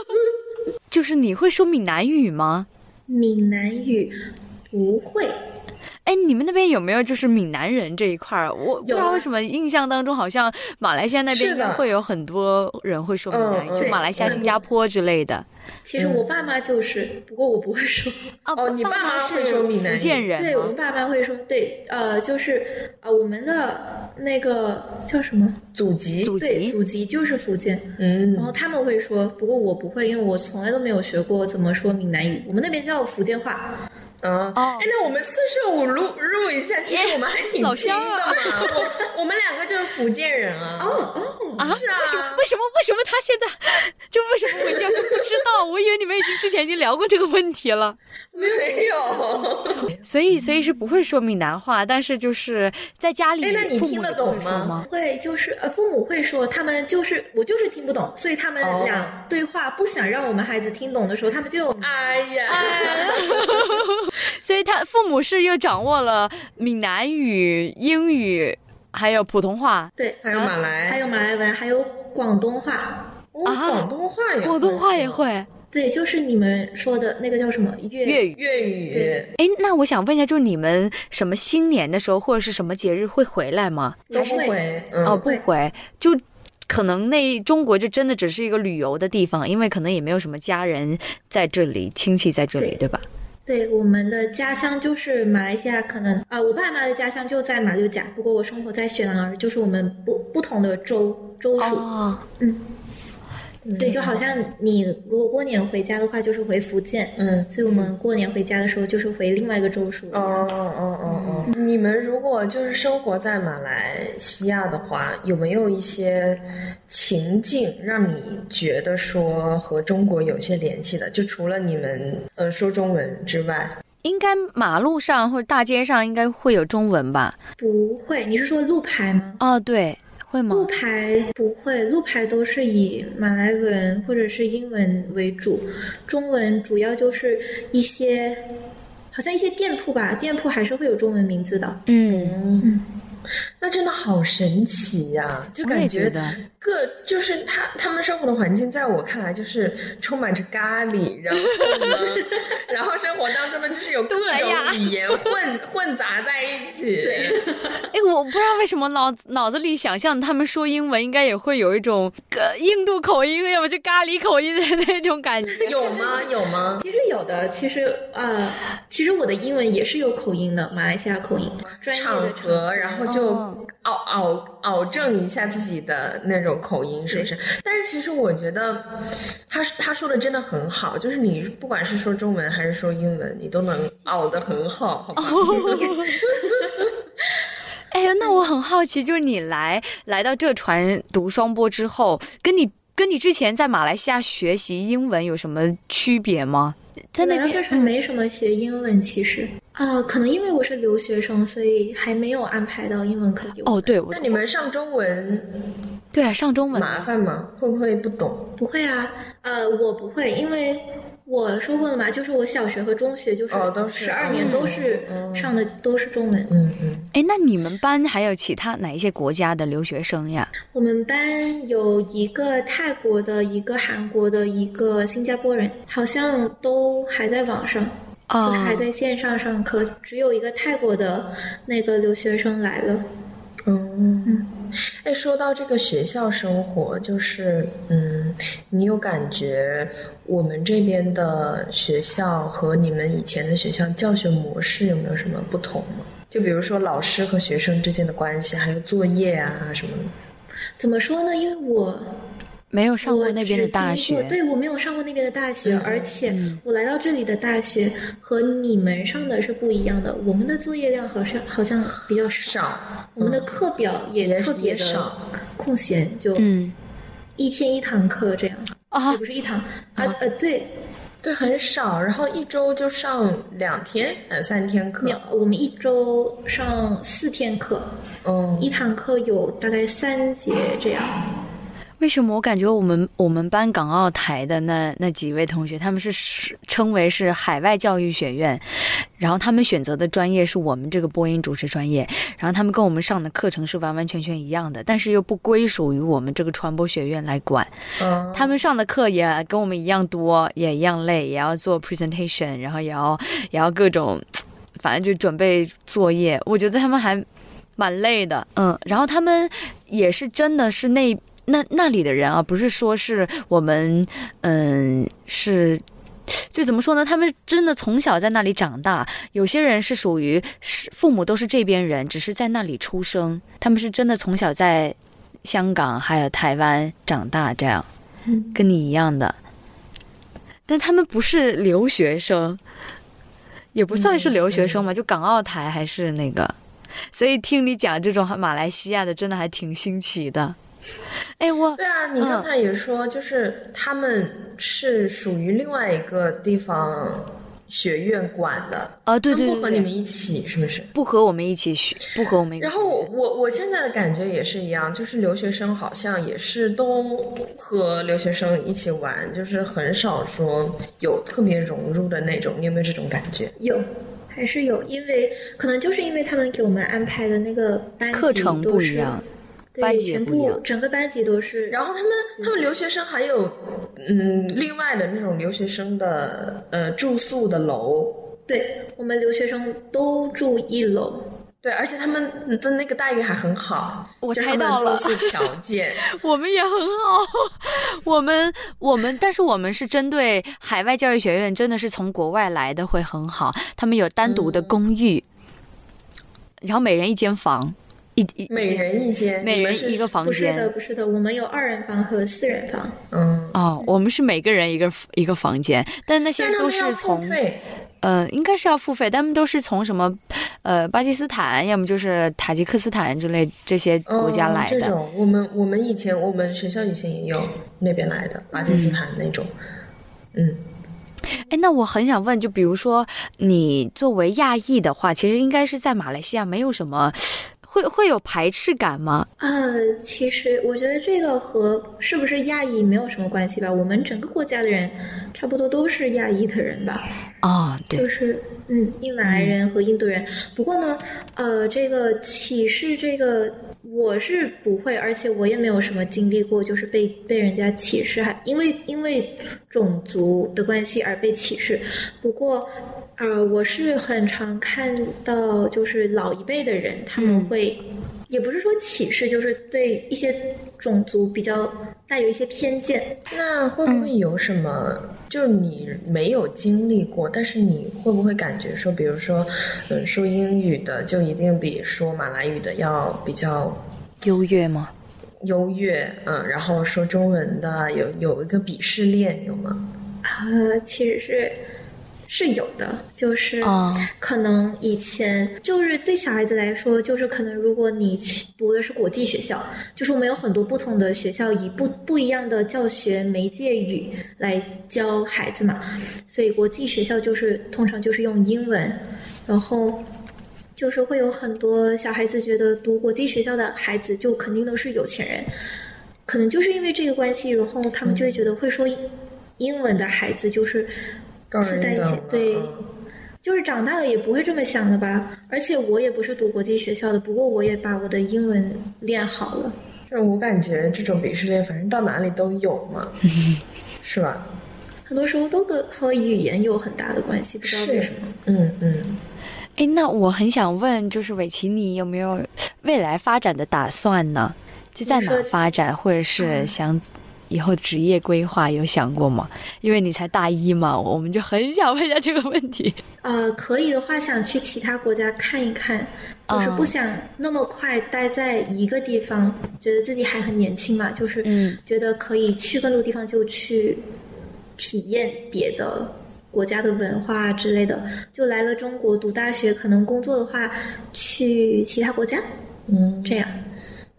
Speaker 3: 就是你会说闽南语吗？
Speaker 1: 闽南语不会。
Speaker 3: 哎，你们那边有没有就是闽南人这一块儿？我不知
Speaker 1: 有
Speaker 3: 道
Speaker 1: 啊
Speaker 3: 为什么印象当中好像马来西亚那边
Speaker 4: 是
Speaker 3: 应该
Speaker 4: 的
Speaker 3: 会有很多人会说闽南语，
Speaker 4: 嗯嗯
Speaker 3: 就马来西亚、
Speaker 1: 对
Speaker 3: 新加坡之类的。
Speaker 1: 其实
Speaker 4: 嗯
Speaker 1: 我爸妈就是，不过我不会
Speaker 4: [LAUGHS]
Speaker 1: 说。
Speaker 3: 啊
Speaker 4: 哦你爸妈
Speaker 3: 妈
Speaker 4: 会
Speaker 3: 是
Speaker 4: 说闽南
Speaker 3: 福
Speaker 4: 语
Speaker 3: 建人
Speaker 1: 对我
Speaker 3: 吗
Speaker 1: 们？爸妈会说，对，呃，就是呃，我们的那个叫什么？
Speaker 4: 祖籍，
Speaker 3: 祖
Speaker 1: 对，
Speaker 3: 籍
Speaker 1: 祖籍就是福建。然
Speaker 4: 嗯，
Speaker 1: 后他们会说，不过我不会，因为我从来都没有学过怎么说闽南语。我们那边叫福建话，
Speaker 4: 嗯，
Speaker 3: 哦
Speaker 4: 哎，那我们四舍五入入一下，其实我们还挺
Speaker 3: 老
Speaker 4: 亲
Speaker 3: 乡
Speaker 4: 的嘛
Speaker 3: 啊。
Speaker 4: 我我们两个就是福建人啊。
Speaker 1: 哦
Speaker 3: 啊？
Speaker 4: 是啊
Speaker 3: 为什么？为什么？为什么他现在就为什么我就不知道？我以为你们已经之前已经聊过这个问题了。
Speaker 4: 没有。 [LAUGHS]
Speaker 3: 所以，所以是不会说闽南话，但是就是在家里
Speaker 4: 哎那，你
Speaker 3: 父母
Speaker 4: 听得
Speaker 3: 也不会
Speaker 4: 懂
Speaker 3: 说
Speaker 4: 吗
Speaker 1: 哦，会就是呃，父母会说他们就是我就是听不懂，所以他们
Speaker 4: 哦
Speaker 1: 俩对话不想让我们孩子听懂的时候，他们就用
Speaker 4: 哎呀，
Speaker 3: [LAUGHS] 所以他父母是又掌握了闽南语、英语，还有普通话、
Speaker 1: 对，
Speaker 4: 还有马来，
Speaker 1: 还有马来文，还有广东话，
Speaker 4: 哦
Speaker 3: 啊
Speaker 4: 广东话也会
Speaker 3: 广东话也会。
Speaker 1: 对，就是你们说的那个叫什么粤
Speaker 3: 粤语。
Speaker 4: 粤语
Speaker 1: 对。
Speaker 3: 哎，那我想问一下，就是你们什么新年的时候或者是什么节日会回来吗？
Speaker 1: 都
Speaker 4: 都不
Speaker 1: 会。
Speaker 4: 会，嗯，
Speaker 3: 哦，
Speaker 1: 不
Speaker 3: 不
Speaker 1: 会
Speaker 3: 回，就可能那中国就真的只是一个旅游的地方，因为可能也没有什么家人在这里、亲戚在这里，对吧？
Speaker 1: 对，我们的家乡就是马来西亚，可能啊、呃我爸妈的家乡就在马六甲，不过我生活在雪兰莪，就是我们不不同的州州属，
Speaker 3: 哦，啊
Speaker 1: 所以就好像你如果过年回家的话，就是回福建，
Speaker 4: 嗯，
Speaker 1: 所以我们过年回家的时候就是回另外一个州属一
Speaker 4: 哦
Speaker 1: 样。
Speaker 4: 哦哦哦！你们如果就是生活在马来西亚的话，有没有一些情境让你觉得说和中国有些联系的？就除了你们呃说中文之外，
Speaker 3: 应该马路上或者大街上应该会有中文吧？
Speaker 1: 不会，你是说路牌吗？
Speaker 3: 哦，对，会吗？
Speaker 1: 路牌不会，路牌都是以马来文或者是英文为主，中文主要就是一些，好像一些店铺吧，店铺还是会有中文名字的。
Speaker 3: 嗯，
Speaker 4: 那真的好神奇呀、就
Speaker 3: 我也
Speaker 4: 感
Speaker 3: 觉得
Speaker 4: 各就是他他们生活的环境，在我看来就是充满着咖喱，然后
Speaker 3: [LAUGHS]
Speaker 4: 呢，然后生活当中呢，就是有各
Speaker 3: 东南亚
Speaker 4: 种语言混混杂在一起。
Speaker 3: 哎，我不知道为什么脑脑子里想象他们说英文，应该也会有一种呃印度口音，要么就咖喱口音的那种感觉。
Speaker 4: 有吗？有吗？
Speaker 1: 其实有的，其实呃，其实我的英文也是有口音的，马来西亚口音，专业的
Speaker 4: 场合，然后就
Speaker 3: 哦
Speaker 4: 熬熬熬正一下自己的那种口音，是不是？但是其实我觉得他他说的真的很好，就是你不管是说中文还是说英文，你都能熬得很好，好
Speaker 3: [LAUGHS]
Speaker 4: 吧？
Speaker 1: [LAUGHS]
Speaker 3: 哎呀，
Speaker 1: 嗯
Speaker 3: 那我很好奇，就是你来来到浙传读双播之后，跟你跟你之前在马来西亚学习英文有什么区别吗？在那
Speaker 1: 来到
Speaker 3: 边嗯
Speaker 1: 这啊是没什么学英文，其实啊、呃可能因为我是留学生，所以还没有安排到英文课给我。
Speaker 3: 哦，，对，我
Speaker 4: 那你们上中文
Speaker 3: 对啊，上中文
Speaker 4: 麻烦吗？会不会不懂？
Speaker 1: 不会啊，呃，我不会，因为我说过了嘛，就是我小学和中学就是
Speaker 4: 哦都是
Speaker 1: 十二年都是上的都是中文。
Speaker 4: 嗯嗯，
Speaker 3: 哎，那你们班还有其他哪一些国家的留学生呀？
Speaker 1: 我们班有一个泰国的，一个韩国的，一个新加坡人，好像都还在网上，
Speaker 3: 哦
Speaker 1: 就是还在线上上课，只有一个泰国的那个留学生来了。
Speaker 4: 嗯，哎，说到这个学校生活，就是嗯，你有感觉我们这边的学校和你们以前的学校教学模式有没有什么不同吗？就比如说老师和学生之间的关系，还有作业啊什么的。
Speaker 1: 怎么说呢？因为我
Speaker 3: 没有上过
Speaker 1: 我
Speaker 3: 那边的
Speaker 1: 只
Speaker 3: 大
Speaker 1: 经过
Speaker 3: 学，嗯
Speaker 1: 对我没有上过那边的大学，而且我来到这里的大学和你们上的是不一样的。我们的作业量好像好像比较少，
Speaker 4: 少，
Speaker 1: 我们的课表也
Speaker 4: 也
Speaker 1: 特别
Speaker 4: 也
Speaker 1: 的
Speaker 4: 少
Speaker 1: 空闲，就
Speaker 3: 嗯
Speaker 1: 一天一堂课这样，
Speaker 3: 啊
Speaker 1: 也不是一堂啊呃对，
Speaker 4: 对，很少。然后一周就上两天，呃，三天课
Speaker 1: 没。有，我们一周上四天课，
Speaker 4: 嗯，
Speaker 1: 一堂课有大概三节这样。
Speaker 3: 为什么我感觉我们我们班港澳台的那那几位同学，他们是是称为是海外教育学院，然后他们选择的专业是我们这个播音主持专业，然后他们跟我们上的课程是完完全全一样的，但是又不归属于我们这个传播学院来管。
Speaker 4: 嗯
Speaker 3: 他们上的课也跟我们一样多，也一样累，也要做 presentation，然后也要也要各种，反正就准备作业。我觉得他们还蛮累的，嗯。然后他们也是真的是那那那里的人啊，不是说是我们，嗯，是。就怎么说呢？他们真的从小在那里长大，有些人是属于是父母都是这边人，只是在那里出生。他们是真的从小在香港还有台湾长大，这样。
Speaker 4: 嗯
Speaker 3: 跟你一样的，但他们不是留学生，也不算
Speaker 4: 嗯
Speaker 3: 是留学生嘛，就港澳台还是那个。所以听你讲这种马来西亚的，真的还挺新奇的。哎，我
Speaker 4: 对啊，你刚才也说，就是他们是属于另外一个地方学院管的，
Speaker 3: 啊，对
Speaker 4: 他
Speaker 3: 对
Speaker 4: 们不
Speaker 3: 对
Speaker 4: 和
Speaker 3: 对
Speaker 4: 你们一起，是不是？
Speaker 3: 不和我们一起学，不和我们一起。
Speaker 4: 然后我我我现在的感觉也是一样，就是留学生好像也是都和留学生一起玩，就是很少说有特别融入的那种。你有没有这种感觉？
Speaker 1: 有，还是有，因为可能就是因为他们给我们安排的那个班级
Speaker 3: 课程
Speaker 1: 都
Speaker 3: 不
Speaker 1: 是
Speaker 3: 一样，
Speaker 1: 对，
Speaker 3: 班级也
Speaker 1: 全
Speaker 3: 不一
Speaker 1: 部
Speaker 3: 样
Speaker 1: 整个班级都是，
Speaker 4: 然后他们他们留学生还有嗯另外的那种留学生的呃住宿的楼，
Speaker 1: 对我们留学生都住一楼，
Speaker 4: 对，而且他们嗯的那个待遇还很好，
Speaker 3: 我
Speaker 4: 就是
Speaker 3: 猜
Speaker 4: 他们
Speaker 3: 到了
Speaker 4: 住宿条
Speaker 3: [LAUGHS]
Speaker 4: 件。
Speaker 3: 我们也很好，我们我们，但是我们是针对海外教育学院，真的是从国外来的会很好，他们有单独的
Speaker 4: 嗯
Speaker 3: 公寓，然后每人一间房，一一
Speaker 4: 每人一间，
Speaker 3: 每
Speaker 4: 你们
Speaker 3: 人
Speaker 4: 是
Speaker 3: 一个房
Speaker 1: 不是的，
Speaker 3: 间。
Speaker 1: 不是的，我们有二人房和四人房，
Speaker 4: 嗯，
Speaker 3: 哦，我们是每个人一个一个房间，但那些
Speaker 4: 但他
Speaker 3: 都
Speaker 4: 们要
Speaker 3: 是
Speaker 4: 付
Speaker 3: 从
Speaker 4: 费
Speaker 3: 呃，应该是要付费，他们都是从什么呃巴基斯坦，要么就是塔吉克斯坦之类这些国家
Speaker 4: 嗯
Speaker 3: 来的。
Speaker 4: 这种，我们我们以前我们学校以前也有那边来的巴基斯坦那种，嗯，
Speaker 3: 哎，那我很想问，就比如说你作为亚裔的话，其实应该是在马来西亚没有什么，会会有排斥感吗？
Speaker 1: 呃，其实我觉得这个和是不是亚裔没有什么关系吧。我们整个国家的人差不多都是亚裔的人吧，
Speaker 3: 哦，对，
Speaker 1: 就是嗯，印马来人和印度人。不过呢，呃，这个歧视这个我是不会，而且我也没有什么经历过，就是被被人家歧视，还因为因为种族的关系而被歧视。不过。呃，我是很常看到，就是老一辈的人，他们
Speaker 3: 嗯
Speaker 1: 会也不是说歧视，就是对一些种族比较带有一些偏见。
Speaker 4: 那会不会
Speaker 3: 嗯
Speaker 4: 有什么？就是你没有经历过，但是你会不会感觉说，比如说，嗯，说英语的就一定比说马来语的要比较
Speaker 3: 优越吗？
Speaker 4: 优越？嗯，然后说中文的有有一个鄙视链有吗？
Speaker 1: 呃，其实是是有的，就是
Speaker 3: 哦
Speaker 1: 可能以前就是对小孩子来说，就是可能如果你去读的是国际学校，就是我们有很多不同的学校以不不一样的教学媒介语来教孩子嘛，所以国际学校就是通常就是用英文，然后。就是会有很多小孩子觉得读国际学校的孩子就肯定都是有钱人，可能就是因为这个关系，然后他们就会觉得会说英文的孩子就是
Speaker 4: 高
Speaker 1: 自
Speaker 4: 人
Speaker 1: 带
Speaker 4: 一等
Speaker 1: 钱
Speaker 4: 了，
Speaker 1: 对
Speaker 4: 嗯，
Speaker 1: 就是长大了也不会这么想了吧？而且我也不是读国际学校的，不过我也把我的英文练好了。
Speaker 4: 就是我感觉这种鄙视链，反正到哪里都有
Speaker 1: [LAUGHS]
Speaker 4: 嘛，是吧？
Speaker 1: 很多时候都跟和语言有很大的关系，不知道为什么。
Speaker 4: 嗯嗯，
Speaker 3: 哎，那我很想问，就是伟奇，你有没有未来发展的打算呢？就在
Speaker 1: 你
Speaker 3: 哪
Speaker 1: 说
Speaker 3: 发展，或者是想以后职业规划有想过吗？因为你才大一嘛，我们就很想问一下这个问题。
Speaker 1: 呃，可以的话，想去其他国家看一看，就是
Speaker 3: 哦
Speaker 1: 不想那么快待在一个地方，觉得自己还很年轻嘛，就是
Speaker 3: 嗯
Speaker 1: 觉得可以去更多地方就去体验别的国家的文化之类的。就来了中国读大学，可能工作的话去其他国家，嗯，这样。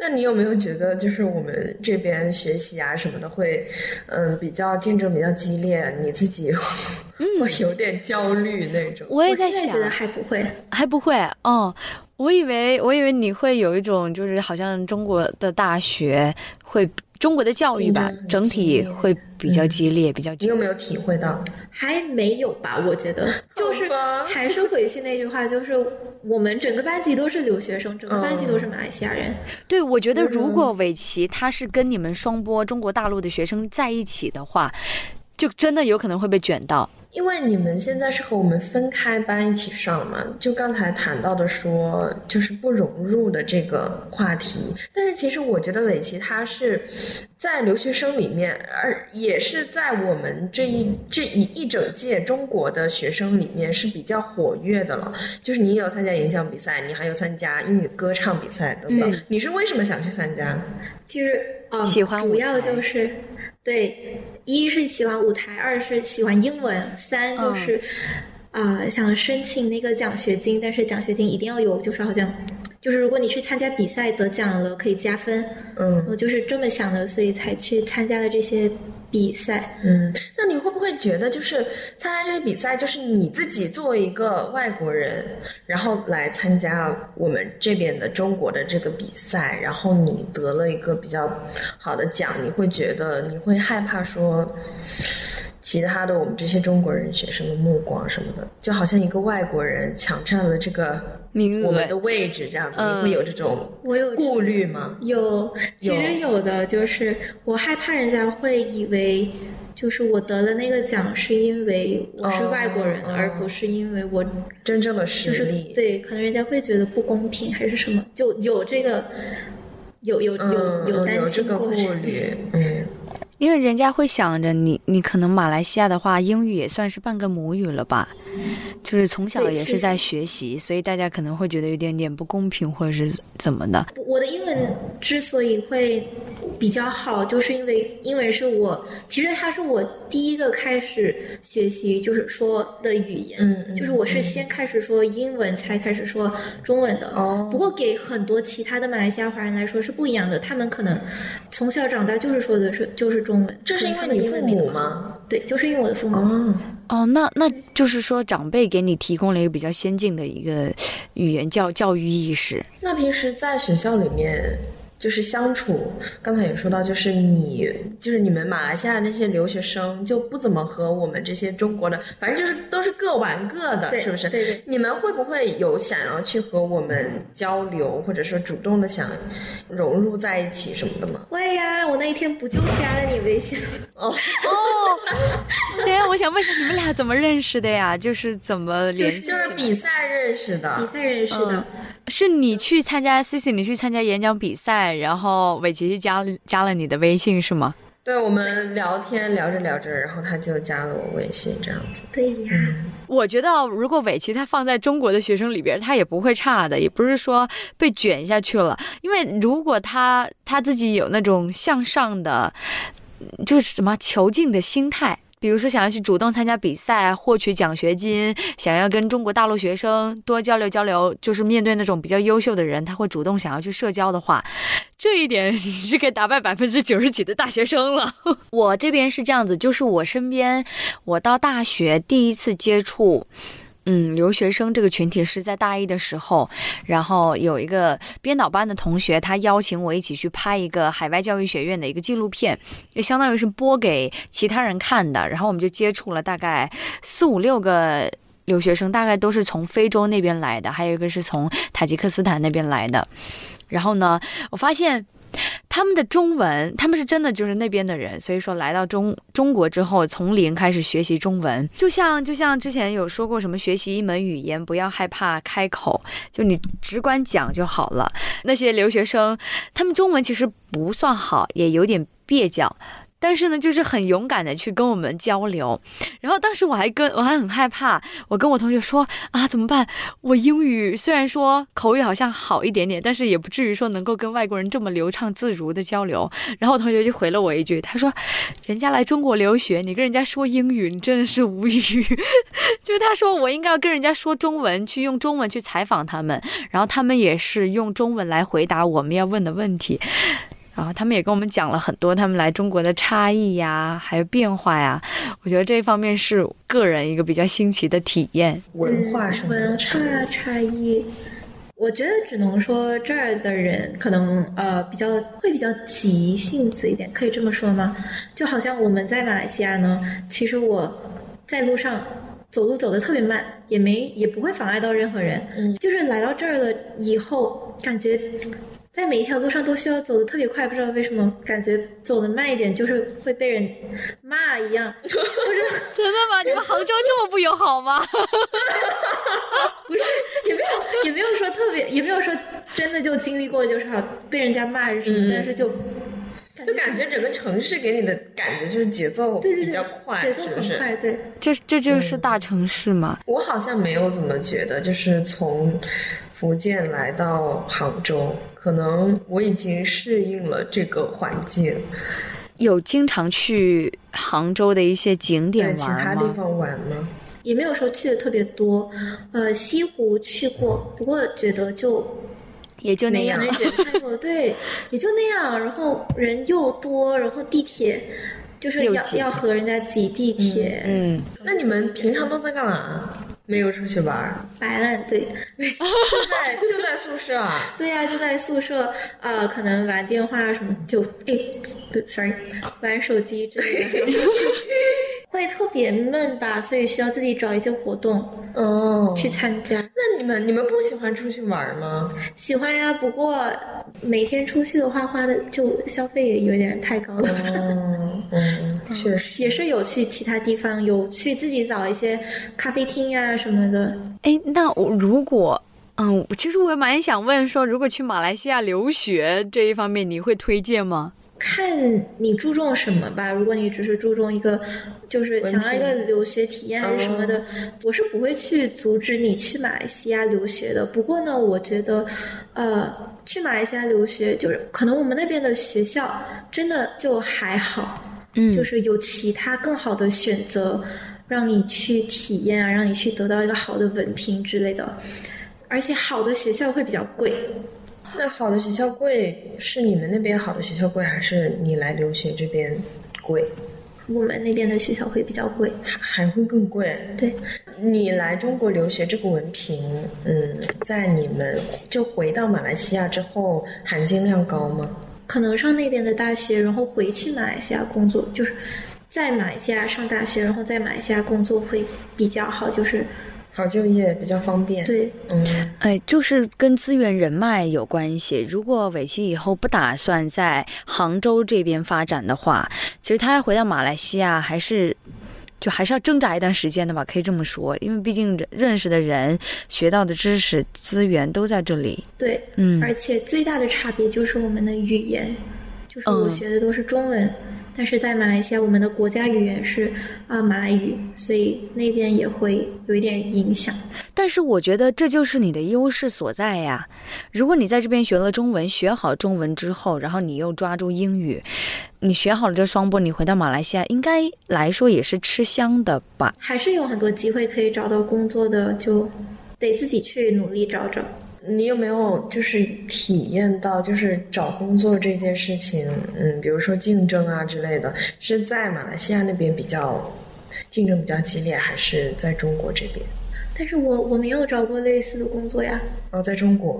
Speaker 4: 那你有没有觉得，就是我们这边学习啊什么的会，嗯，比较竞争比较激烈，你自己 [LAUGHS] 会有点焦虑那种？
Speaker 3: 我
Speaker 1: 嗯
Speaker 3: 也
Speaker 1: 我
Speaker 3: 在
Speaker 1: 现
Speaker 3: 想，
Speaker 1: 在觉得还不会，
Speaker 3: 还不会哦，我以为我以为你会有一种就是好像中国的大学会中国的教育吧
Speaker 4: 竞争，很
Speaker 3: 整体
Speaker 4: 激烈嗯
Speaker 3: 会比较激烈，比较
Speaker 4: 你
Speaker 3: 激
Speaker 4: 有
Speaker 3: 烈。
Speaker 4: 没有体会到？
Speaker 1: 还没有吧？我觉得就是 [LAUGHS]
Speaker 4: 吧
Speaker 1: 还是回去那句话，就是我们整个班级都是留学生，整个班级都是马来西亚人。
Speaker 3: 对，我觉得如果韦奇他是跟你们双波中国大陆的学生在一起的话，就真的有可能会被卷到。
Speaker 4: 因为你们现在是和我们分开班一起上嘛，就刚才谈到的说就是不融入的这个话题，但是其实我觉得韦奇他是在留学生里面，而也是在我们这一这一一整届中国的学生里面是比较活跃的了。就是你有参加演讲比赛，你还有参加英语歌唱比赛等等。
Speaker 3: 嗯
Speaker 4: 你是为什么想去参加？
Speaker 1: 其实，嗯，
Speaker 3: 喜欢舞
Speaker 1: 主要
Speaker 3: 台
Speaker 1: 就是
Speaker 3: 嗯
Speaker 1: 对，一是喜欢舞台，二是喜欢英文，三就是呃想申请那个奖学金，但是奖学金一定要有，就是好像就是如果你去参加比赛得奖了可以加分，
Speaker 4: 嗯
Speaker 1: 我就是这么想的，所以才去参加了这些比赛。
Speaker 4: 嗯，那你会不会觉得，就是参加这些比赛，就是你自己作为一个外国人，然后来参加我们这边的中国的这个比赛，然后你得了一个比较好的奖，你会觉得你会害怕说其他的我们这些中国人学生的目光什么的，就好像一个外国人抢占了这个
Speaker 3: 名
Speaker 4: 我
Speaker 3: 额
Speaker 4: 们的位置这样子，
Speaker 3: 嗯
Speaker 4: 你会有这种
Speaker 1: 我有
Speaker 4: 顾虑吗？
Speaker 1: 有，其实有的就是我害怕人家会以为，就是我得了那个奖是因为我是外国人，
Speaker 4: 哦哦
Speaker 1: 而不是因为我
Speaker 4: 真正的
Speaker 1: 就
Speaker 4: 实
Speaker 1: 是
Speaker 4: 力，
Speaker 1: 对，可能人家会觉得不公平还是什么，就有这个有有
Speaker 4: 嗯，
Speaker 1: 有有
Speaker 4: 有
Speaker 1: 担
Speaker 4: 这
Speaker 1: 心
Speaker 4: 个
Speaker 1: 过
Speaker 4: 顾
Speaker 1: 是
Speaker 4: 虑，嗯。
Speaker 3: 因为人家会想着你，你可能马来西亚的话，英语也算是半个母语了吧，就是从小
Speaker 1: 对
Speaker 3: 也
Speaker 1: 其
Speaker 3: 是
Speaker 1: 实
Speaker 3: 在学习，所以大家可能会觉得有点点不公平或者是怎么的。
Speaker 1: 我的英文之所以会比较好，就是因为英文是我其实它是我第一个开始学习就是说的语言，
Speaker 4: 嗯嗯
Speaker 1: 就是我是先开始说英文才开始说中文的。
Speaker 4: 哦
Speaker 1: 不过给很多其他的马来西亚华人来说是不一样的，他们可能从小长大就是说的是就是中文，
Speaker 4: 这是因
Speaker 1: 可能他
Speaker 4: 为
Speaker 1: 们
Speaker 4: 你
Speaker 1: 英
Speaker 4: 父
Speaker 1: 文没那
Speaker 4: 母
Speaker 1: 么好？
Speaker 4: 吗？
Speaker 1: 对，就是因为我的父母。
Speaker 4: 哦，
Speaker 3: 哦，那那就是说长辈给你提供了一个比较先进的一个语言教教育意识。
Speaker 4: 那平时在学校里面就是相处，刚才也说到，就是你就是你们马来西亚那些留学生就不怎么和我们这些中国的，反正就是都是各玩各的，
Speaker 1: 对
Speaker 4: 是不是？
Speaker 1: 对对
Speaker 4: 你们会不会有想要去和我们交流，或者说主动的想融入在一起什么的吗？
Speaker 1: 会呀、我那一天不就加了你微信吗？
Speaker 4: 哦，
Speaker 3: 对啊，我想问一下你们俩怎么认识的呀？就是怎么联系起
Speaker 4: 就
Speaker 3: 来？
Speaker 4: 是比赛认识
Speaker 1: [LAUGHS] 比
Speaker 4: 的。
Speaker 1: 赛认识的。
Speaker 3: 嗯是你去参加 C C，你去参加演讲比赛，然后伟琪加了加了你的微信是吗？
Speaker 4: 对，我们聊天聊着聊着，然后他就加了我微信，这样子。
Speaker 1: 对呀、
Speaker 3: 我觉得啊，如果尾崎他放在中国的学生里边，他也不会差的，也不是说被卷下去了。因为如果他他自己有那种向上的，嗯就是什么求进的心态，比如说想要去主动参加比赛，获取奖学金，想要跟中国大陆学生多交流交流，就是面对那种比较优秀的人，他会主动想要去社交的话，这一点你是可以打败百分之九十几的大学生了。我这边是这样子，就是我身边，我到大学第一次接触。嗯，留学生这个群体是在大一的时候，然后有一个编导班的同学，他邀请我一起去拍一个海外教育学院的一个纪录片，就相当于是播给其他人看的。然后我们就接触了大概四五六个留学生，大概都是从非洲那边来的，还有一个是从塔吉克斯坦那边来的。然后呢，我发现他们的中文，他们是真的就是那边的人，所以说来到中中国之后，从零开始学习中文，就像就像之前有说过什么学习一门语言不要害怕开口，就你只管讲就好了。那些留学生，他们中文其实不算好，也有点蹩脚。但是呢，就是很勇敢的去跟我们交流，然后当时我还跟我还很害怕，我跟我同学说啊怎么办？我英语虽然说口语好像好一点点，但是也不至于说能够跟外国人这么流畅自如的交流。然后我同学就回了我一句，他说：“人家来中国留学，你跟人家说英语，你真的是无语。”就是他说我应该要跟人家说中文，去用中文去采访他们，然后他们也是用中文来回答我们要问的问题。然后他们也跟我们讲了很多他们来中国的差异呀，还有变化呀。我觉得这一方面是个人一个比较新奇的体验。
Speaker 4: 文化什么
Speaker 1: 嗯
Speaker 4: 的
Speaker 1: 文化差异，我觉得只能说这儿的人可能呃比较会比较急性子一点，可以这么说吗？就好像我们在马来西亚呢，其实我在路上。走路走得特别慢，也没也不会妨碍到任何人。嗯，就是来到这儿了以后，感觉在每一条路上都需要走得特别快，不知道为什么，感觉走得慢一点就是会被人骂一样，或者
Speaker 3: [LAUGHS] 真的吗？你们杭州这么不友好吗？
Speaker 1: 不是， [LAUGHS] 也没有，也没有说特别，也没有说真的就经历过，就是好被人家骂还是什么，
Speaker 4: 嗯
Speaker 1: 但是就
Speaker 4: 就感觉整个城市给你的感觉就是节奏
Speaker 1: 对对对，
Speaker 4: 比较快，
Speaker 1: 节奏
Speaker 4: 是
Speaker 1: 很
Speaker 4: 不
Speaker 1: 快，
Speaker 4: 是？
Speaker 1: 对，
Speaker 3: [LAUGHS] 这这就是大城市嘛？
Speaker 4: 我好像没有怎么觉得，就是从福建来到杭州，可能我已经适应了这个环境，
Speaker 3: 有经常去杭州的一些景
Speaker 4: 在
Speaker 3: 点
Speaker 4: 其
Speaker 3: 玩
Speaker 4: 他
Speaker 3: 吗？
Speaker 4: 地方玩吗？
Speaker 1: 也没有说去的特别多。呃，西湖去过，不过觉得就
Speaker 3: 也就那
Speaker 1: 没
Speaker 3: 样
Speaker 1: 有。人太多，对，也就那样。然后人又多，然后地铁就是
Speaker 3: 又
Speaker 1: 要
Speaker 3: 挤
Speaker 1: 要和人家挤地铁，
Speaker 3: 嗯，
Speaker 4: 那你们平常都在干嘛？没有出去玩儿，
Speaker 1: 摆烂对。
Speaker 4: 就在就在宿舍啊。
Speaker 1: 对呀、就在宿舍，呃，可能玩电话什么，就哎不，sorry，玩手机之类的， [LAUGHS] 会特别闷吧，所以需要自己找一些活动
Speaker 4: 哦，
Speaker 1: 去参加。
Speaker 4: 那你们你们不喜欢出去玩儿吗？
Speaker 1: 喜欢呀，不过每天出去的话，花的就消费也有点太高了。
Speaker 4: 嗯嗯，确实。
Speaker 1: 也是有去其他地方，有去自己找一些咖啡厅呀、什么的。
Speaker 3: 哎，那我如果。嗯，其实我也蛮想问说，如果去马来西亚留学这一方面，你会推荐吗？
Speaker 1: 看你注重什么吧。如果你只是注重一个，就是想要一个留学体验还是什么的，我是不会去阻止你去马来西亚留学的。不过呢，我觉得，呃，去马来西亚留学就是可能我们那边的学校真的就还好，
Speaker 3: 嗯
Speaker 1: 就是有其他更好的选择，让你去体验啊，让你去得到一个好的文凭之类的。而且好的学校会比较贵，
Speaker 4: 那好的学校贵是你们那边好的学校贵，还是你来留学这边贵？
Speaker 1: 我们那边的学校会比较贵。
Speaker 4: 还还会更贵？
Speaker 1: 对，
Speaker 4: 你来中国留学这个文凭，嗯，在你们就回到马来西亚之后，含金量高吗？
Speaker 1: 可能上那边的大学，然后回去马来西亚工作，就是在马来西亚上大学，然后在马来西亚工作会比较好。就是
Speaker 4: 好就业比较方便。，
Speaker 1: 对，
Speaker 4: 嗯，
Speaker 3: 哎，就是跟资源人脉有关系。如果伟奇以后不打算在杭州这边发展的话，其实他要回到马来西亚还是。就还是要挣扎一段时间的吧，可以这么说，因为毕竟人认识的人、学到的知识、资源都在这里。
Speaker 1: 对，
Speaker 3: 嗯
Speaker 1: 而且最大的差别就是我们的语言，就是我
Speaker 3: 嗯
Speaker 1: 学的都是中文，但是在马来西亚，我们的国家语言是啊、呃马来语，所以那边也会有一点影响。
Speaker 3: 但是我觉得这就是你的优势所在呀。如果你在这边学了中文，学好中文之后，然后你又抓住英语，你学好了这双播，你回到马来西亚，应该来说也是吃香的吧？
Speaker 1: 还是有很多机会可以找到工作的，就得自己去努力找找。
Speaker 4: 你有没有就是体验到就是找工作这件事情，嗯，比如说竞争啊之类的，是在马来西亚那边比较竞争比较激烈，还是在中国这边？
Speaker 1: 但是我我没有找过类似的工作呀，
Speaker 4: 哦，在中国。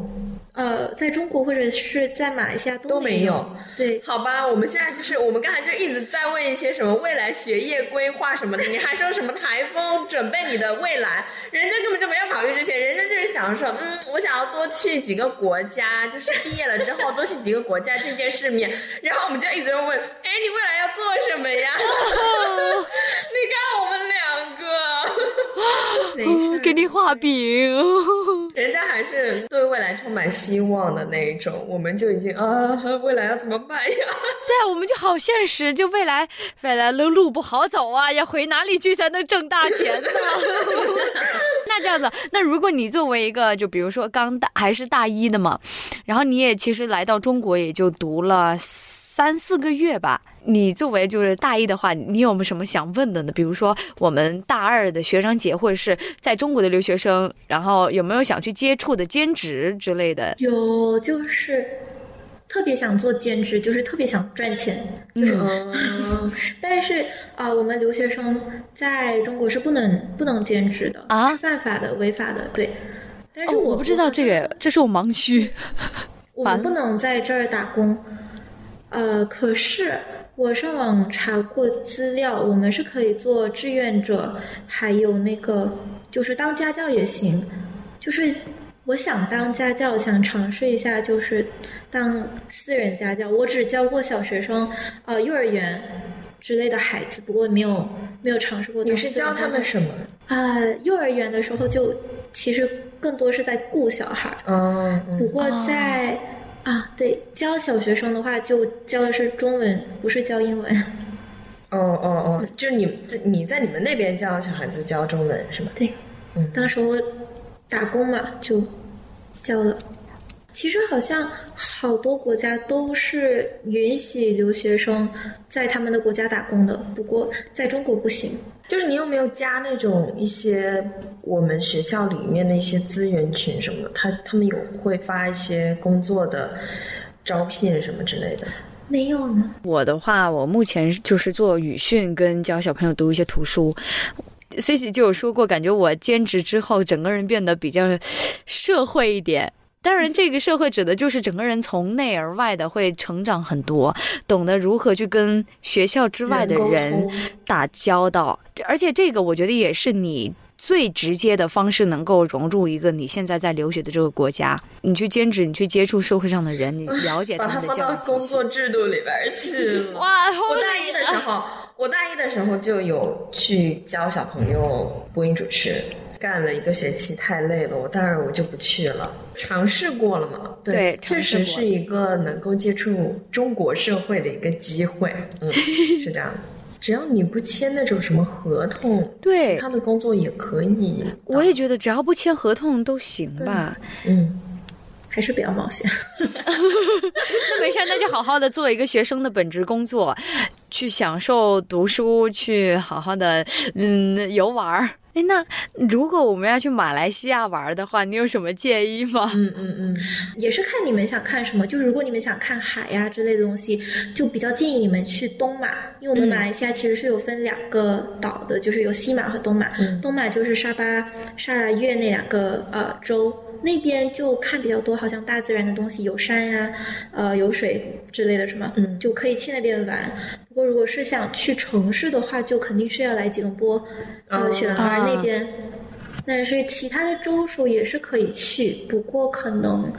Speaker 1: 呃，在中国或者是在马来西亚都
Speaker 4: 都没
Speaker 1: 没
Speaker 4: 有
Speaker 1: 对，
Speaker 4: 好吧，我们现在就是我们刚才就一直在问一些什么未来学业规划什么的，你还说什么台风准备你的未来，人家根本就没有考虑这些，人家就是想说，嗯，我想要多去几个国家，就是毕业了之后多去几个国家见见世面。然后我们就一直问，哎，你未来要做什么呀？你看我们两个，
Speaker 1: 没事儿
Speaker 3: 给你画饼。
Speaker 4: 人家还是对未来充满希望的那一种，我们就已经啊，未来要怎么办呀？
Speaker 3: [LAUGHS]
Speaker 4: [LAUGHS]
Speaker 3: 对啊，我们就好现实，就未来未来的路不好走啊，要回哪里去才能挣大钱 [LAUGHS] 呢？那这样子，那如果你作为一个，就比如说刚大还是大一的嘛，然后你也其实来到中国也就读了三四个月吧。你作为就是大一的话，你有没有什么想问的呢？比如说我们大二的学生节，或者是在中国的留学生，然后有没有想去接触的兼职之类的？
Speaker 1: 有就是特别想做兼职，就是特别想赚钱，
Speaker 4: 嗯，
Speaker 1: 但是啊、呃我们留学生在中国是不能不能兼职的
Speaker 3: 啊
Speaker 1: 是犯法的，违法的，对。但是
Speaker 3: 哦，
Speaker 1: 我、
Speaker 3: 我不知道这个，这是我盲区。
Speaker 1: 我
Speaker 3: 烦
Speaker 1: 们不能在这儿打工。呃，可是我上网查过资料，我们是可以做志愿者，还有那个就是当家教也行。就是我想当家教，想尝试一下，就是当私人家教。我只教过小学生，呃，幼儿园之类的孩子，不过没有没有尝试过当
Speaker 4: 你
Speaker 1: 私
Speaker 4: 是
Speaker 1: 人家教。
Speaker 4: 教他们什么？
Speaker 1: 啊、幼儿园的时候就其实更多是在顾小孩儿。
Speaker 4: 哦，
Speaker 1: 不过在、啊，对，教小学生的话，就教的是中文，不是教英文。 [LAUGHS]
Speaker 4: 哦哦哦，就是你在你在你们那边教小孩子教中文是吗？
Speaker 1: 对，
Speaker 4: 嗯
Speaker 1: 当时我打工嘛，就教了。其实好像好多国家都是允许留学生在他们的国家打工的，不过在中国不行。
Speaker 4: 就是你有没有加那种一些我们学校里面的一些资源群什么的？他他们有会发一些工作的招聘什么之类的。
Speaker 1: 没有呢，
Speaker 3: 我的话，我目前就是做语训跟教小朋友读一些图书。C C 就有说过，感觉我兼职之后，整个人变得比较社会一点。当然，这个社会指的就是整个人从内而外的会成长很多，懂得如何去跟学校之外的人
Speaker 5: 哦
Speaker 3: 打交道，而且这个我觉得也是你。最直接的方式能够融入一个你现在在留学的这个国家，你去兼职，你去接触社会上的人，你了解
Speaker 5: 把它
Speaker 3: 他们的
Speaker 5: 放
Speaker 3: 教
Speaker 5: 到
Speaker 3: 育
Speaker 5: 工
Speaker 3: 体系。
Speaker 5: 作制度里边去了。
Speaker 3: 哇，
Speaker 5: 我大一的时
Speaker 3: [LAUGHS]
Speaker 5: 候，我大一的时候就有去教小朋友播音主持，干了一个学期，太累了，我大二我就不去了。尝试过了嘛？
Speaker 3: 对
Speaker 4: 确
Speaker 3: 尝试
Speaker 4: 实
Speaker 3: 过
Speaker 4: 是一个能够接触中国社会的一个机会。
Speaker 3: [LAUGHS]
Speaker 4: 嗯，是这样的。只要你不签那种什么合同，
Speaker 3: 对
Speaker 4: 其他的工作也可以。
Speaker 3: 我也觉得只要不签合同都行吧。
Speaker 4: 嗯，
Speaker 1: 还是不要冒险。
Speaker 3: [LAUGHS] 那没事，那就好好的做一个学生的本职工作，去享受读书，去好好的嗯游玩儿。哎，那如果我们要去马来西亚玩儿的话，你有什么建议吗？
Speaker 4: 嗯嗯嗯，
Speaker 1: 也是看你们想看什么。就是如果你们想看海呀、之类的东西，就比较建议你们去东马，因为我们马来西亚其实是有分两个岛的，就是有西马和东马。东马就是沙巴、沙拉越那两个呃州。那边就看比较多，好像大自然的东西，有山呀、呃，有水之类的什么，嗯，就可以去那边玩。不过如果是想去城市的话，就肯定是要来吉隆坡，呃，雪兰莪
Speaker 3: 啊
Speaker 1: 那边。但是其他的州属也是可以去，不过可能，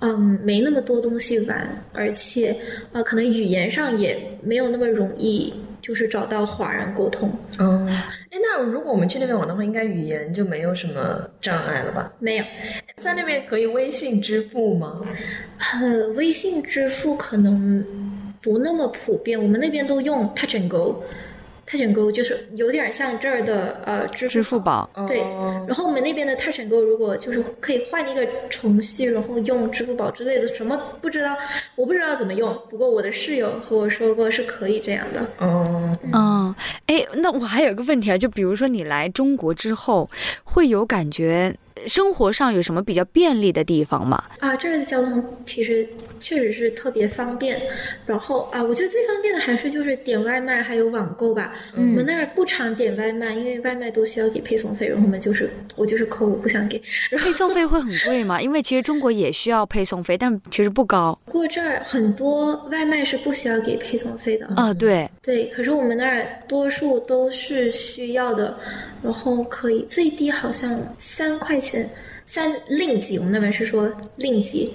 Speaker 1: 嗯，没那么多东西玩，而且，呃，可能语言上也没有那么容易，就是找到华人沟通。
Speaker 4: 哦，哎，那如果我们去那边玩的话，应该语言就没有什么障碍了吧？
Speaker 1: 没有，
Speaker 4: 在那边可以微信支付吗？
Speaker 1: 呃，微信支付可能不那么普遍，我们那边都用 Touch and Go。Touch and Go 就是有点像这儿的呃支付
Speaker 3: 支付宝。
Speaker 1: 对，然后我们那边的泰神购如果就是可以换一个程序，然后用支付宝之类的，什么不知道，我不知道怎么用。不过我的室友和我说过是可以这样的。
Speaker 4: 哦，
Speaker 3: 嗯，哎，那我还有一个问题啊，就比如说你来中国之后，会有感觉生活上有什么比较便利的地方 [LAUGHS] 吗？
Speaker 1: 啊，这儿的交通其实确实是特别方便。然后啊，我觉得最方便的还是就是点外卖还有网购吧。我们那儿不常点外卖，因为外卖都需要给配送费，然后我们就是我就是抠，我不想给。然后
Speaker 3: 配送费会很贵吗？因为其实中国也需要配送费，但其实不高
Speaker 1: 不过这儿很多外卖是不需要给配送费的。
Speaker 4: 嗯
Speaker 3: 啊、对，
Speaker 1: 对，可是我们那儿多数都是需要的，然后可以最低好像三块钱，三令吉，我们那边是说令吉，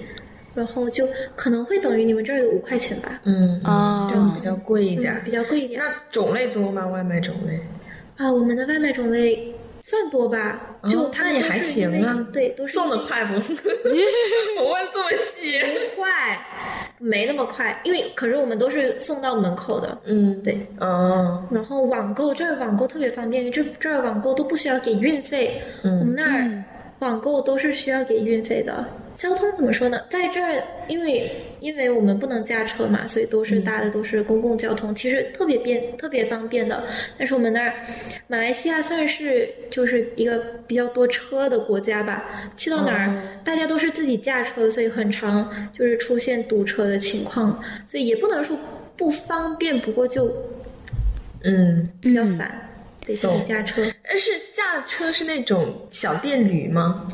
Speaker 1: 然后就可能会等于你们这儿的五块钱吧，
Speaker 4: 嗯，
Speaker 3: 哦
Speaker 4: 这样比较贵一点
Speaker 1: 嗯，。比较贵一点。
Speaker 4: 那种类多吗？外卖种类？
Speaker 1: 啊，我们的外卖种类算多吧，就
Speaker 4: 哦
Speaker 1: 他
Speaker 4: 那
Speaker 1: 们
Speaker 4: 也
Speaker 1: 都
Speaker 4: 还
Speaker 1: 是
Speaker 4: 行
Speaker 1: 因为
Speaker 4: 啊
Speaker 1: 对，都是
Speaker 5: 送的
Speaker 1: 因为
Speaker 5: 快不？我问这么细，
Speaker 1: 快，没那么快，因为可是我们都是送到门口的，
Speaker 4: 嗯，
Speaker 1: 对。
Speaker 4: 哦，
Speaker 1: 然后网购这儿网购特别方便，因为这这儿网购都不需要给运费，
Speaker 4: 嗯
Speaker 1: 我们那儿网购都是需要给运费的。交通怎么说呢？在这儿，因为因为我们不能驾车嘛，所以都是搭的都是公共交通，其实特别便特别方便的。但是我们那儿，马来西亚算是就是一个比较多车的国家吧，去到哪儿、大家都是自己驾车，所以很常就是出现堵车的情况，所以也不能说不方便，不过就
Speaker 4: 嗯，
Speaker 1: 比较烦，得自己驾车。
Speaker 4: 哎，是驾车是那种小电驴吗？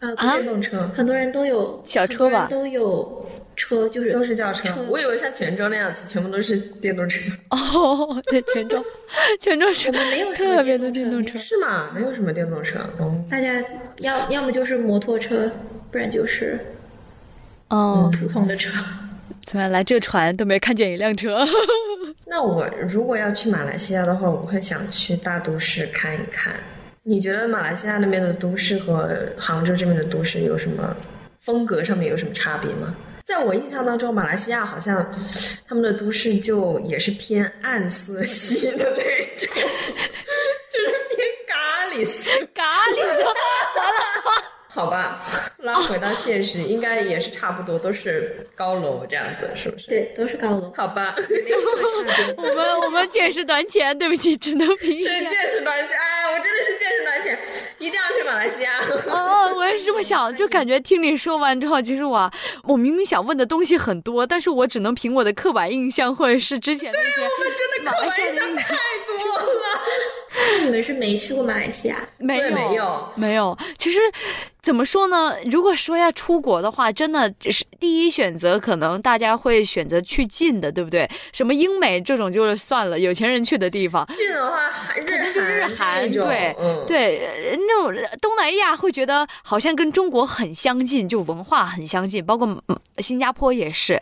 Speaker 1: 啊，
Speaker 3: 啊
Speaker 1: 对
Speaker 4: 电动车
Speaker 1: 很多人都有
Speaker 3: 小车吧
Speaker 1: 很多人都有车，就是
Speaker 4: 都是轿车。
Speaker 1: 我
Speaker 4: 我以为像泉州那样子，全部都是电动车。
Speaker 3: 哦， [LAUGHS] 对，泉州，泉州是
Speaker 1: 没有什么
Speaker 3: 特别多电
Speaker 1: 电
Speaker 3: 动
Speaker 1: 动
Speaker 3: 车。
Speaker 4: 是吗？没有什么电动车。哦，
Speaker 1: 大家要要么就是摩托车，不然就是
Speaker 4: 嗯
Speaker 3: 哦，
Speaker 1: 普通的车。
Speaker 3: 怎么来这船都没看见一辆车？
Speaker 4: 那我如果要去马来西亚的话，我会想去大都市看一看。你觉得马来西亚那边的都市和杭州这边的都市有什么风格上面有什么差别吗？在我印象当中，马来西亚好像他们的都市就也是偏暗色系的那种， [LAUGHS] [LAUGHS] 就是偏咖喱色。
Speaker 3: 咖喱色，
Speaker 4: 好吧，然拉回到现实，应该也是差不多，都是高楼这样子，是不是？
Speaker 1: 对，都是高楼。
Speaker 4: 好吧，
Speaker 3: [LAUGHS]
Speaker 4: [LAUGHS]
Speaker 3: 我们我们见识短浅，对不起，只能评一下
Speaker 4: 这。见识短浅，哎，我真的是见识短浅，一定要去马来西亚。
Speaker 3: 哦，我也是这么想的，就感觉听你说完之后，其实我啊我明明想问的东西很多，但是我只能凭我的刻板印象或者是之前那些马来西亚的印象，
Speaker 4: 多了，
Speaker 1: 那你们是没去过马来西亚？
Speaker 3: 没有
Speaker 4: 对没有
Speaker 3: 没有。其实怎么说呢？如果说要出国的话，真的是第一选择，可能大家会选择去近的，对不对？什么英美这种就是算了，有钱人去的地方。
Speaker 4: 近的话，韩
Speaker 3: 可能
Speaker 4: 日
Speaker 3: 就日
Speaker 4: 韩
Speaker 3: 韩，
Speaker 4: 这种
Speaker 3: 对、
Speaker 4: 嗯，
Speaker 3: 对，呃那种东南亚会觉得好像跟中国很相近，就文化很相近，包括嗯新加坡也是，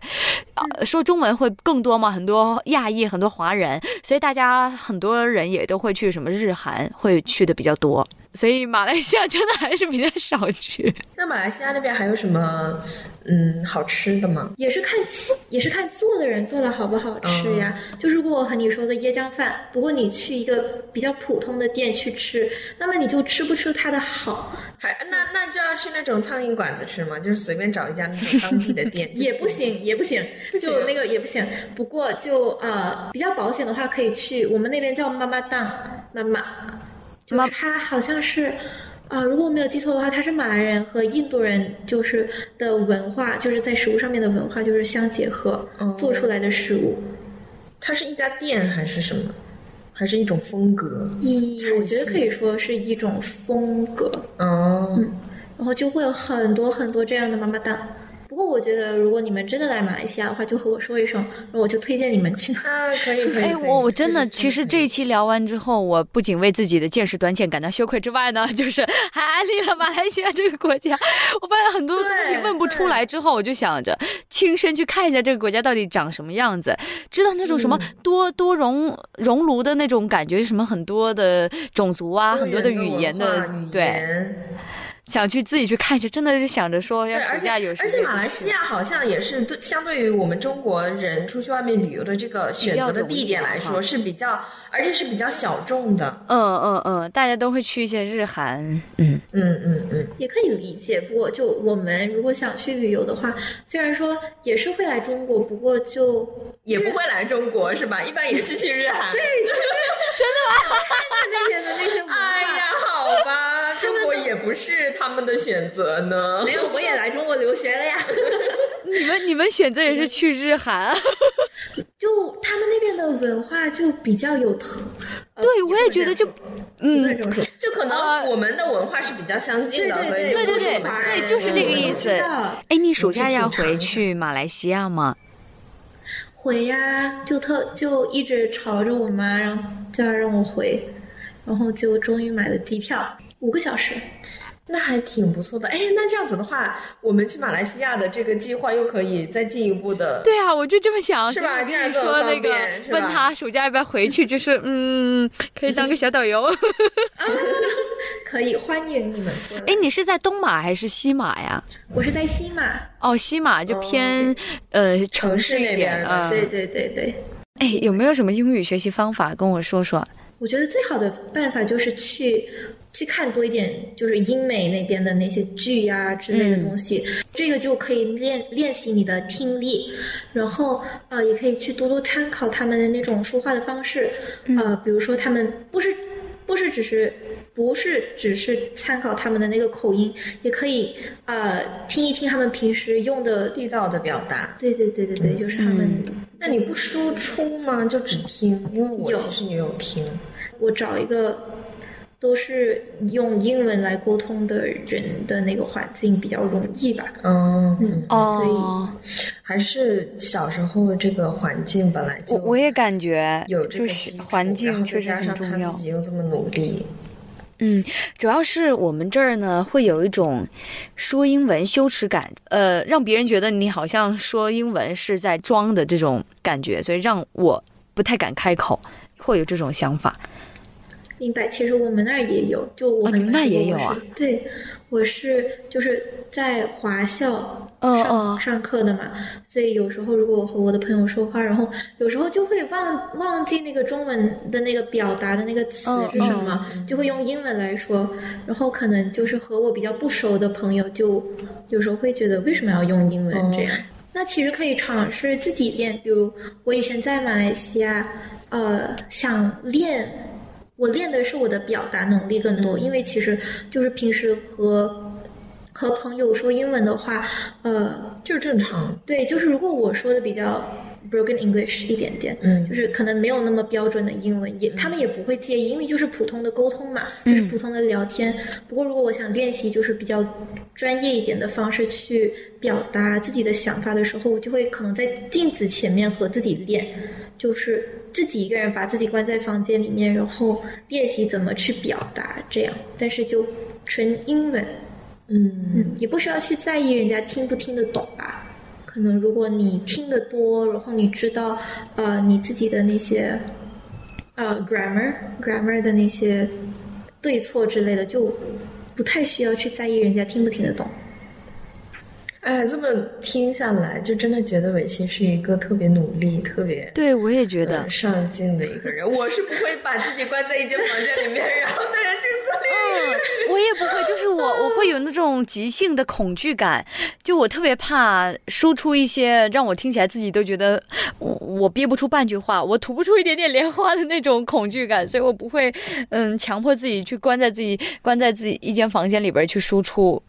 Speaker 3: 呃
Speaker 4: 嗯
Speaker 3: 说中文会更多嘛，很多亚裔，很多华人，所以大家很多人也都会去什么日韩，会去的比较多。所以马来西亚真的还是比较少去，
Speaker 4: 那马来西亚那边还有什
Speaker 6: 什么嗯好吃的吗？
Speaker 1: 也是看起，也是看做的人做的好不好
Speaker 3: 嗯
Speaker 1: 吃呀。就如果我和你说个椰浆饭，不过你去一个比较普通的店去吃，那么你就吃不出它的好，
Speaker 4: 还那那就要去那种苍蝇馆子吃嘛，就是随便找一家那种当地的店
Speaker 3: [LAUGHS]
Speaker 1: 也不行，也不行，啊就那个也不行。不过就呃比较保险的话，可以去我们那边叫妈妈档，妈妈，就是它好像是。啊、如果我没有记错的话，它是马来人和印度人就是的文化，就是在食物上面的文化就是相结合、做出来的食物。
Speaker 6: 它是一家店还是什么？还是一种风格？
Speaker 1: 一，我觉得可以说是一种风格，
Speaker 6: 哦，
Speaker 3: 嗯
Speaker 1: 然后就会有很多很多这样的妈妈档。不过我觉得，如果你们真的来马来西亚的话，就和我说一声，然后我就推荐你们去那。
Speaker 6: 啊，可以可以。可
Speaker 3: 哎，
Speaker 6: 以
Speaker 3: 我我真的，其实这一期聊完之后，我不仅为自己的见识短浅感到羞愧之外呢， [LAUGHS] 就是还安利了马来西亚这个国家。我发现很多东西问不出来之后，我就想着亲身去看一下这个国家到底长什么样子，知道那种什么
Speaker 6: 嗯
Speaker 3: 多、多熔熔炉的那种感觉，什么很多的种族啊，很多的语言
Speaker 6: 多元
Speaker 3: 的
Speaker 6: 文化语，
Speaker 3: 对，
Speaker 6: 言
Speaker 3: 想去自己去看一下，真的就想着说要
Speaker 6: 对，而
Speaker 3: 暑
Speaker 6: 且
Speaker 3: 假有时
Speaker 6: 而且
Speaker 3: 间
Speaker 6: 马来
Speaker 3: 去
Speaker 6: 西亚好像也是对，相对于我们中国人出去外面旅游的这个选择的地点来
Speaker 3: 比较容
Speaker 6: 说，
Speaker 3: 易
Speaker 6: 是比较，而且是比较小众的。
Speaker 3: 嗯嗯嗯，大家都会去一些日韩，嗯。
Speaker 6: 嗯嗯嗯，
Speaker 1: 也可以理解，不过就我们如果想去旅游的话，虽然说也是会来中国，不过就
Speaker 4: 也不会来中国是吧？一般也是去日
Speaker 3: [LAUGHS]
Speaker 4: 韩。
Speaker 1: 那边的那些文化，
Speaker 4: 哎呀，好
Speaker 3: [LAUGHS]
Speaker 4: 吧，中国也不是他们的选择呢。
Speaker 1: 没有，我也来中国留学了呀。 [LAUGHS]
Speaker 3: 你们你们选择也
Speaker 6: 嗯
Speaker 3: 是去日韩，啊
Speaker 1: 就他们那边的文化就比较有特，
Speaker 3: 对我也觉得就，
Speaker 1: 不能
Speaker 3: 嗯
Speaker 1: 这，么说，
Speaker 4: 就可能我们的文化是比较相近的，
Speaker 1: 对对
Speaker 4: 所
Speaker 1: 对
Speaker 4: 以就
Speaker 3: 呃对
Speaker 4: 不是
Speaker 3: 对
Speaker 4: 我们现在
Speaker 3: 对，就是这个
Speaker 6: 嗯
Speaker 3: 意思。
Speaker 1: 知道。
Speaker 3: 哎，你暑假要回去马来西亚吗？
Speaker 1: 回呀、就特就一直吵着我妈，让叫她让我回，然后就终于买了机票，五个小时。
Speaker 6: 那还挺不错的。哎，那这样子的话，我们去马来西亚的这个计划又可以再进一步的。
Speaker 3: 对啊，我就这么想，
Speaker 4: 是吧
Speaker 3: 所以我跟你
Speaker 4: 这样
Speaker 3: 说
Speaker 4: 更
Speaker 3: 那
Speaker 4: 方
Speaker 3: 个
Speaker 4: 便是吧
Speaker 3: 问他暑假要不要回去，就是嗯，可以当个小导游。
Speaker 1: 可以欢迎你们过来。
Speaker 3: [LAUGHS] 哎，你是在东马还是西马呀？
Speaker 1: 我是在西马，
Speaker 3: 哦，西马就偏、呃城市一点啊。
Speaker 1: 对对对对，
Speaker 3: 哎，有没有什么英语学习方法跟我说说？
Speaker 1: 我觉得最好的办法就是去去看多一点，就是英美那边的那些剧呀、之类
Speaker 6: 嗯
Speaker 1: 的东西，这个就可以练练习你的听力，然后呃也可以去多多参考他们的那种说话的方式，
Speaker 6: 嗯
Speaker 1: 呃，比如说他们不是不是只是。不是只是参考他们的那个口音，也可以呃听一听他们平时用的，
Speaker 6: 地道的表达，嗯
Speaker 1: 对对对对对，就是他们
Speaker 6: 那你不输出吗？就只听，因为我
Speaker 1: 有
Speaker 6: 其实也有听。
Speaker 1: 我找一个都是用英文来沟通的人的那个环境比较容易吧。
Speaker 6: 嗯，
Speaker 1: 嗯，
Speaker 3: 哦，
Speaker 6: 还是小时候这个环境本来就
Speaker 3: 我我也感觉
Speaker 6: 有这
Speaker 3: 就
Speaker 6: 个
Speaker 3: 是
Speaker 6: 基础
Speaker 3: 环
Speaker 6: 然
Speaker 3: 境
Speaker 6: 后
Speaker 3: 确
Speaker 6: 再
Speaker 3: 实
Speaker 6: 加
Speaker 3: 很
Speaker 6: 上
Speaker 3: 重
Speaker 6: 他
Speaker 3: 要
Speaker 6: 自。己又这么努力，
Speaker 3: 嗯，主要是我们这儿呢，会有一种说英文羞耻感，呃，让别人觉得你好像说英文是在装的这种感觉，所以让我不太敢开口，会有这种想法。
Speaker 1: 明白。其实我们那儿也有，就我
Speaker 3: 哦你
Speaker 1: 很
Speaker 3: 们那
Speaker 1: 担
Speaker 3: 儿
Speaker 1: 心
Speaker 3: 也
Speaker 1: 我
Speaker 3: 有啊
Speaker 1: 是？对，我是就是在华校
Speaker 3: 嗯
Speaker 1: 上、
Speaker 3: 嗯
Speaker 1: 上课的嘛，所以有时候如果我和我的朋友说话，然后有时候就会忘忘记那个中文的那个表达的那个词
Speaker 3: 嗯
Speaker 1: 是什么，就会用英文来说，然后可能就是和我比较不熟的朋友就有时候会觉得为什么要用英
Speaker 6: 哦
Speaker 1: 文这样？那其实可以尝试自己练，比如我以前在马来西亚，呃，想练，我练的是我的表达能力更
Speaker 6: 嗯
Speaker 1: 多，因为其实就是平时和和朋友说英文的话，呃，
Speaker 6: 就是正常，
Speaker 1: 对，就是如果我说的比较 broken English 一点点，嗯，就是可能没有那么标准的英文，也他们也不会介意，因为就是普通的沟通嘛，就是普通的聊天。不过如果我想练习就是比较专业一点的方式去表达自己的想法的时候，我就会可能在镜子前面和自己练，就是自己一个人把自己关在房间里面，然后练习怎么去表达这样，但是就纯英文。嗯，也不需要去在意人家听不听得懂吧。可能如果你听得多，然后你知道呃你自己的那些呃 grammar grammar 的那些对错之类的，就不太需要去在意人家听不听得懂。
Speaker 6: 哎，这么听下来，就真的觉得伟奇是一个特别努力、特别
Speaker 3: 对我也觉得
Speaker 6: 呃，上进的一个人。我是不会把自己关在一间房间里面，然后对着镜子里。
Speaker 3: 嗯，我也不会，就是我我会有那种即兴的恐惧感，就我特别怕说出一些让我听起来自己都觉得我我憋不出半句话，我吐不出一点点莲花的那种恐惧感，所以我不会嗯强迫自己去关在自己关在自己一间房间里边去输出，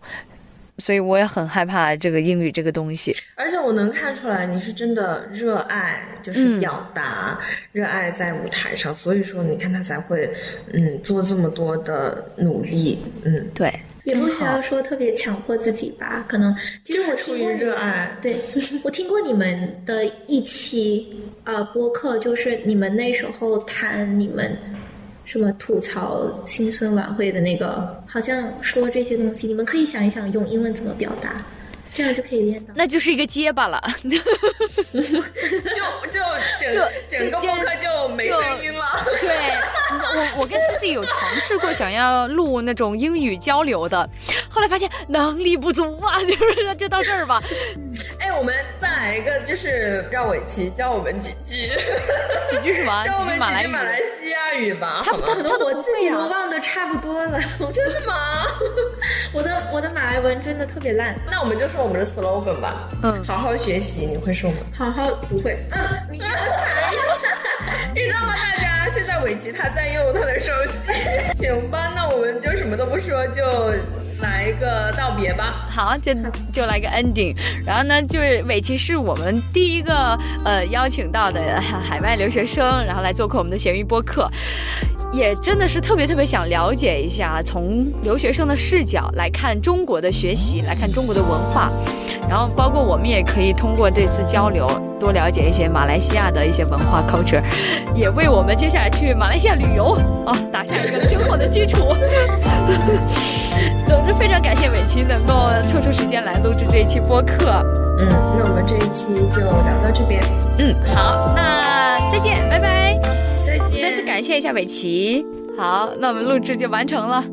Speaker 3: 所以我也很害怕这个英语这个东西。
Speaker 6: 而且我能看出来，你是真的热爱，
Speaker 3: 嗯
Speaker 6: 就是表达，热爱在舞台上，所以说你看他才会，嗯，做这么多的努力，嗯，
Speaker 3: 对，
Speaker 1: 也不需要说特别强迫自己吧，可能其实我
Speaker 6: 出
Speaker 1: 听
Speaker 6: 于
Speaker 1: 过你
Speaker 6: 热爱。
Speaker 1: 对我听过你们的一期呃播客，就是你们那时候谈你们什么吐槽新春晚会的那个，好像说这些东西，你们可以想一想用英文怎么表达，这样就可以练到。
Speaker 3: 那就是一个结巴了。
Speaker 4: 就就整
Speaker 3: 就
Speaker 4: 整个
Speaker 3: 就
Speaker 4: 播客就没
Speaker 3: 就
Speaker 4: 声
Speaker 6: [LAUGHS]
Speaker 4: 音了。
Speaker 3: 对，我我跟 C C 有尝试过想要录那种英语交流的，后来发现能力不足啊， [LAUGHS] 就是说就到这儿吧。
Speaker 4: 哎，我们再来一个，就是让伟奇教我们几句，
Speaker 3: 几句什
Speaker 4: [LAUGHS]
Speaker 3: 么？
Speaker 4: 教我们
Speaker 3: 啊几句
Speaker 4: 几
Speaker 3: 马来
Speaker 4: 句
Speaker 3: 语？
Speaker 4: 马来西亚语吧，
Speaker 3: 他
Speaker 4: 好吗？
Speaker 3: 他他都
Speaker 1: 我
Speaker 3: 不
Speaker 1: 自己
Speaker 3: 会
Speaker 1: 都
Speaker 3: 啊。
Speaker 1: 忘得差不多了，
Speaker 4: 真的吗？
Speaker 1: [LAUGHS] 我的我的马来文真的特别烂，
Speaker 4: 那我们就说我们的 slogan 吧，
Speaker 3: 嗯
Speaker 4: 好好学习，你会说吗？
Speaker 1: 好好不会。
Speaker 4: 你知道吗？大家现在伟奇他在用他的手机， [LAUGHS] 行吧？那我们就什么都不说，就来一个道别吧。
Speaker 3: 好，就就来个 ending。然后呢，就是伟奇是我们第一个呃邀请到的呃海外留学生，然后来做客我们的闲鱼播客。也真的是特别特别想了解一下，从留学生的视角来看中国的学习，来看中国的文化，然后包括我们也可以通过这次交流，多了解一些马来西亚的一些文化 culture，也为我们接下来去马来西亚旅游啊打下一个深厚的基础。总之，非常感谢伟奇能够抽出时间来录制这一期播客。
Speaker 6: 嗯，那我们这一期就聊到这边，
Speaker 3: 嗯，好，那再见，拜拜。
Speaker 6: 再见
Speaker 3: 再次感谢一下伟奇。好，那我们录制就完成了。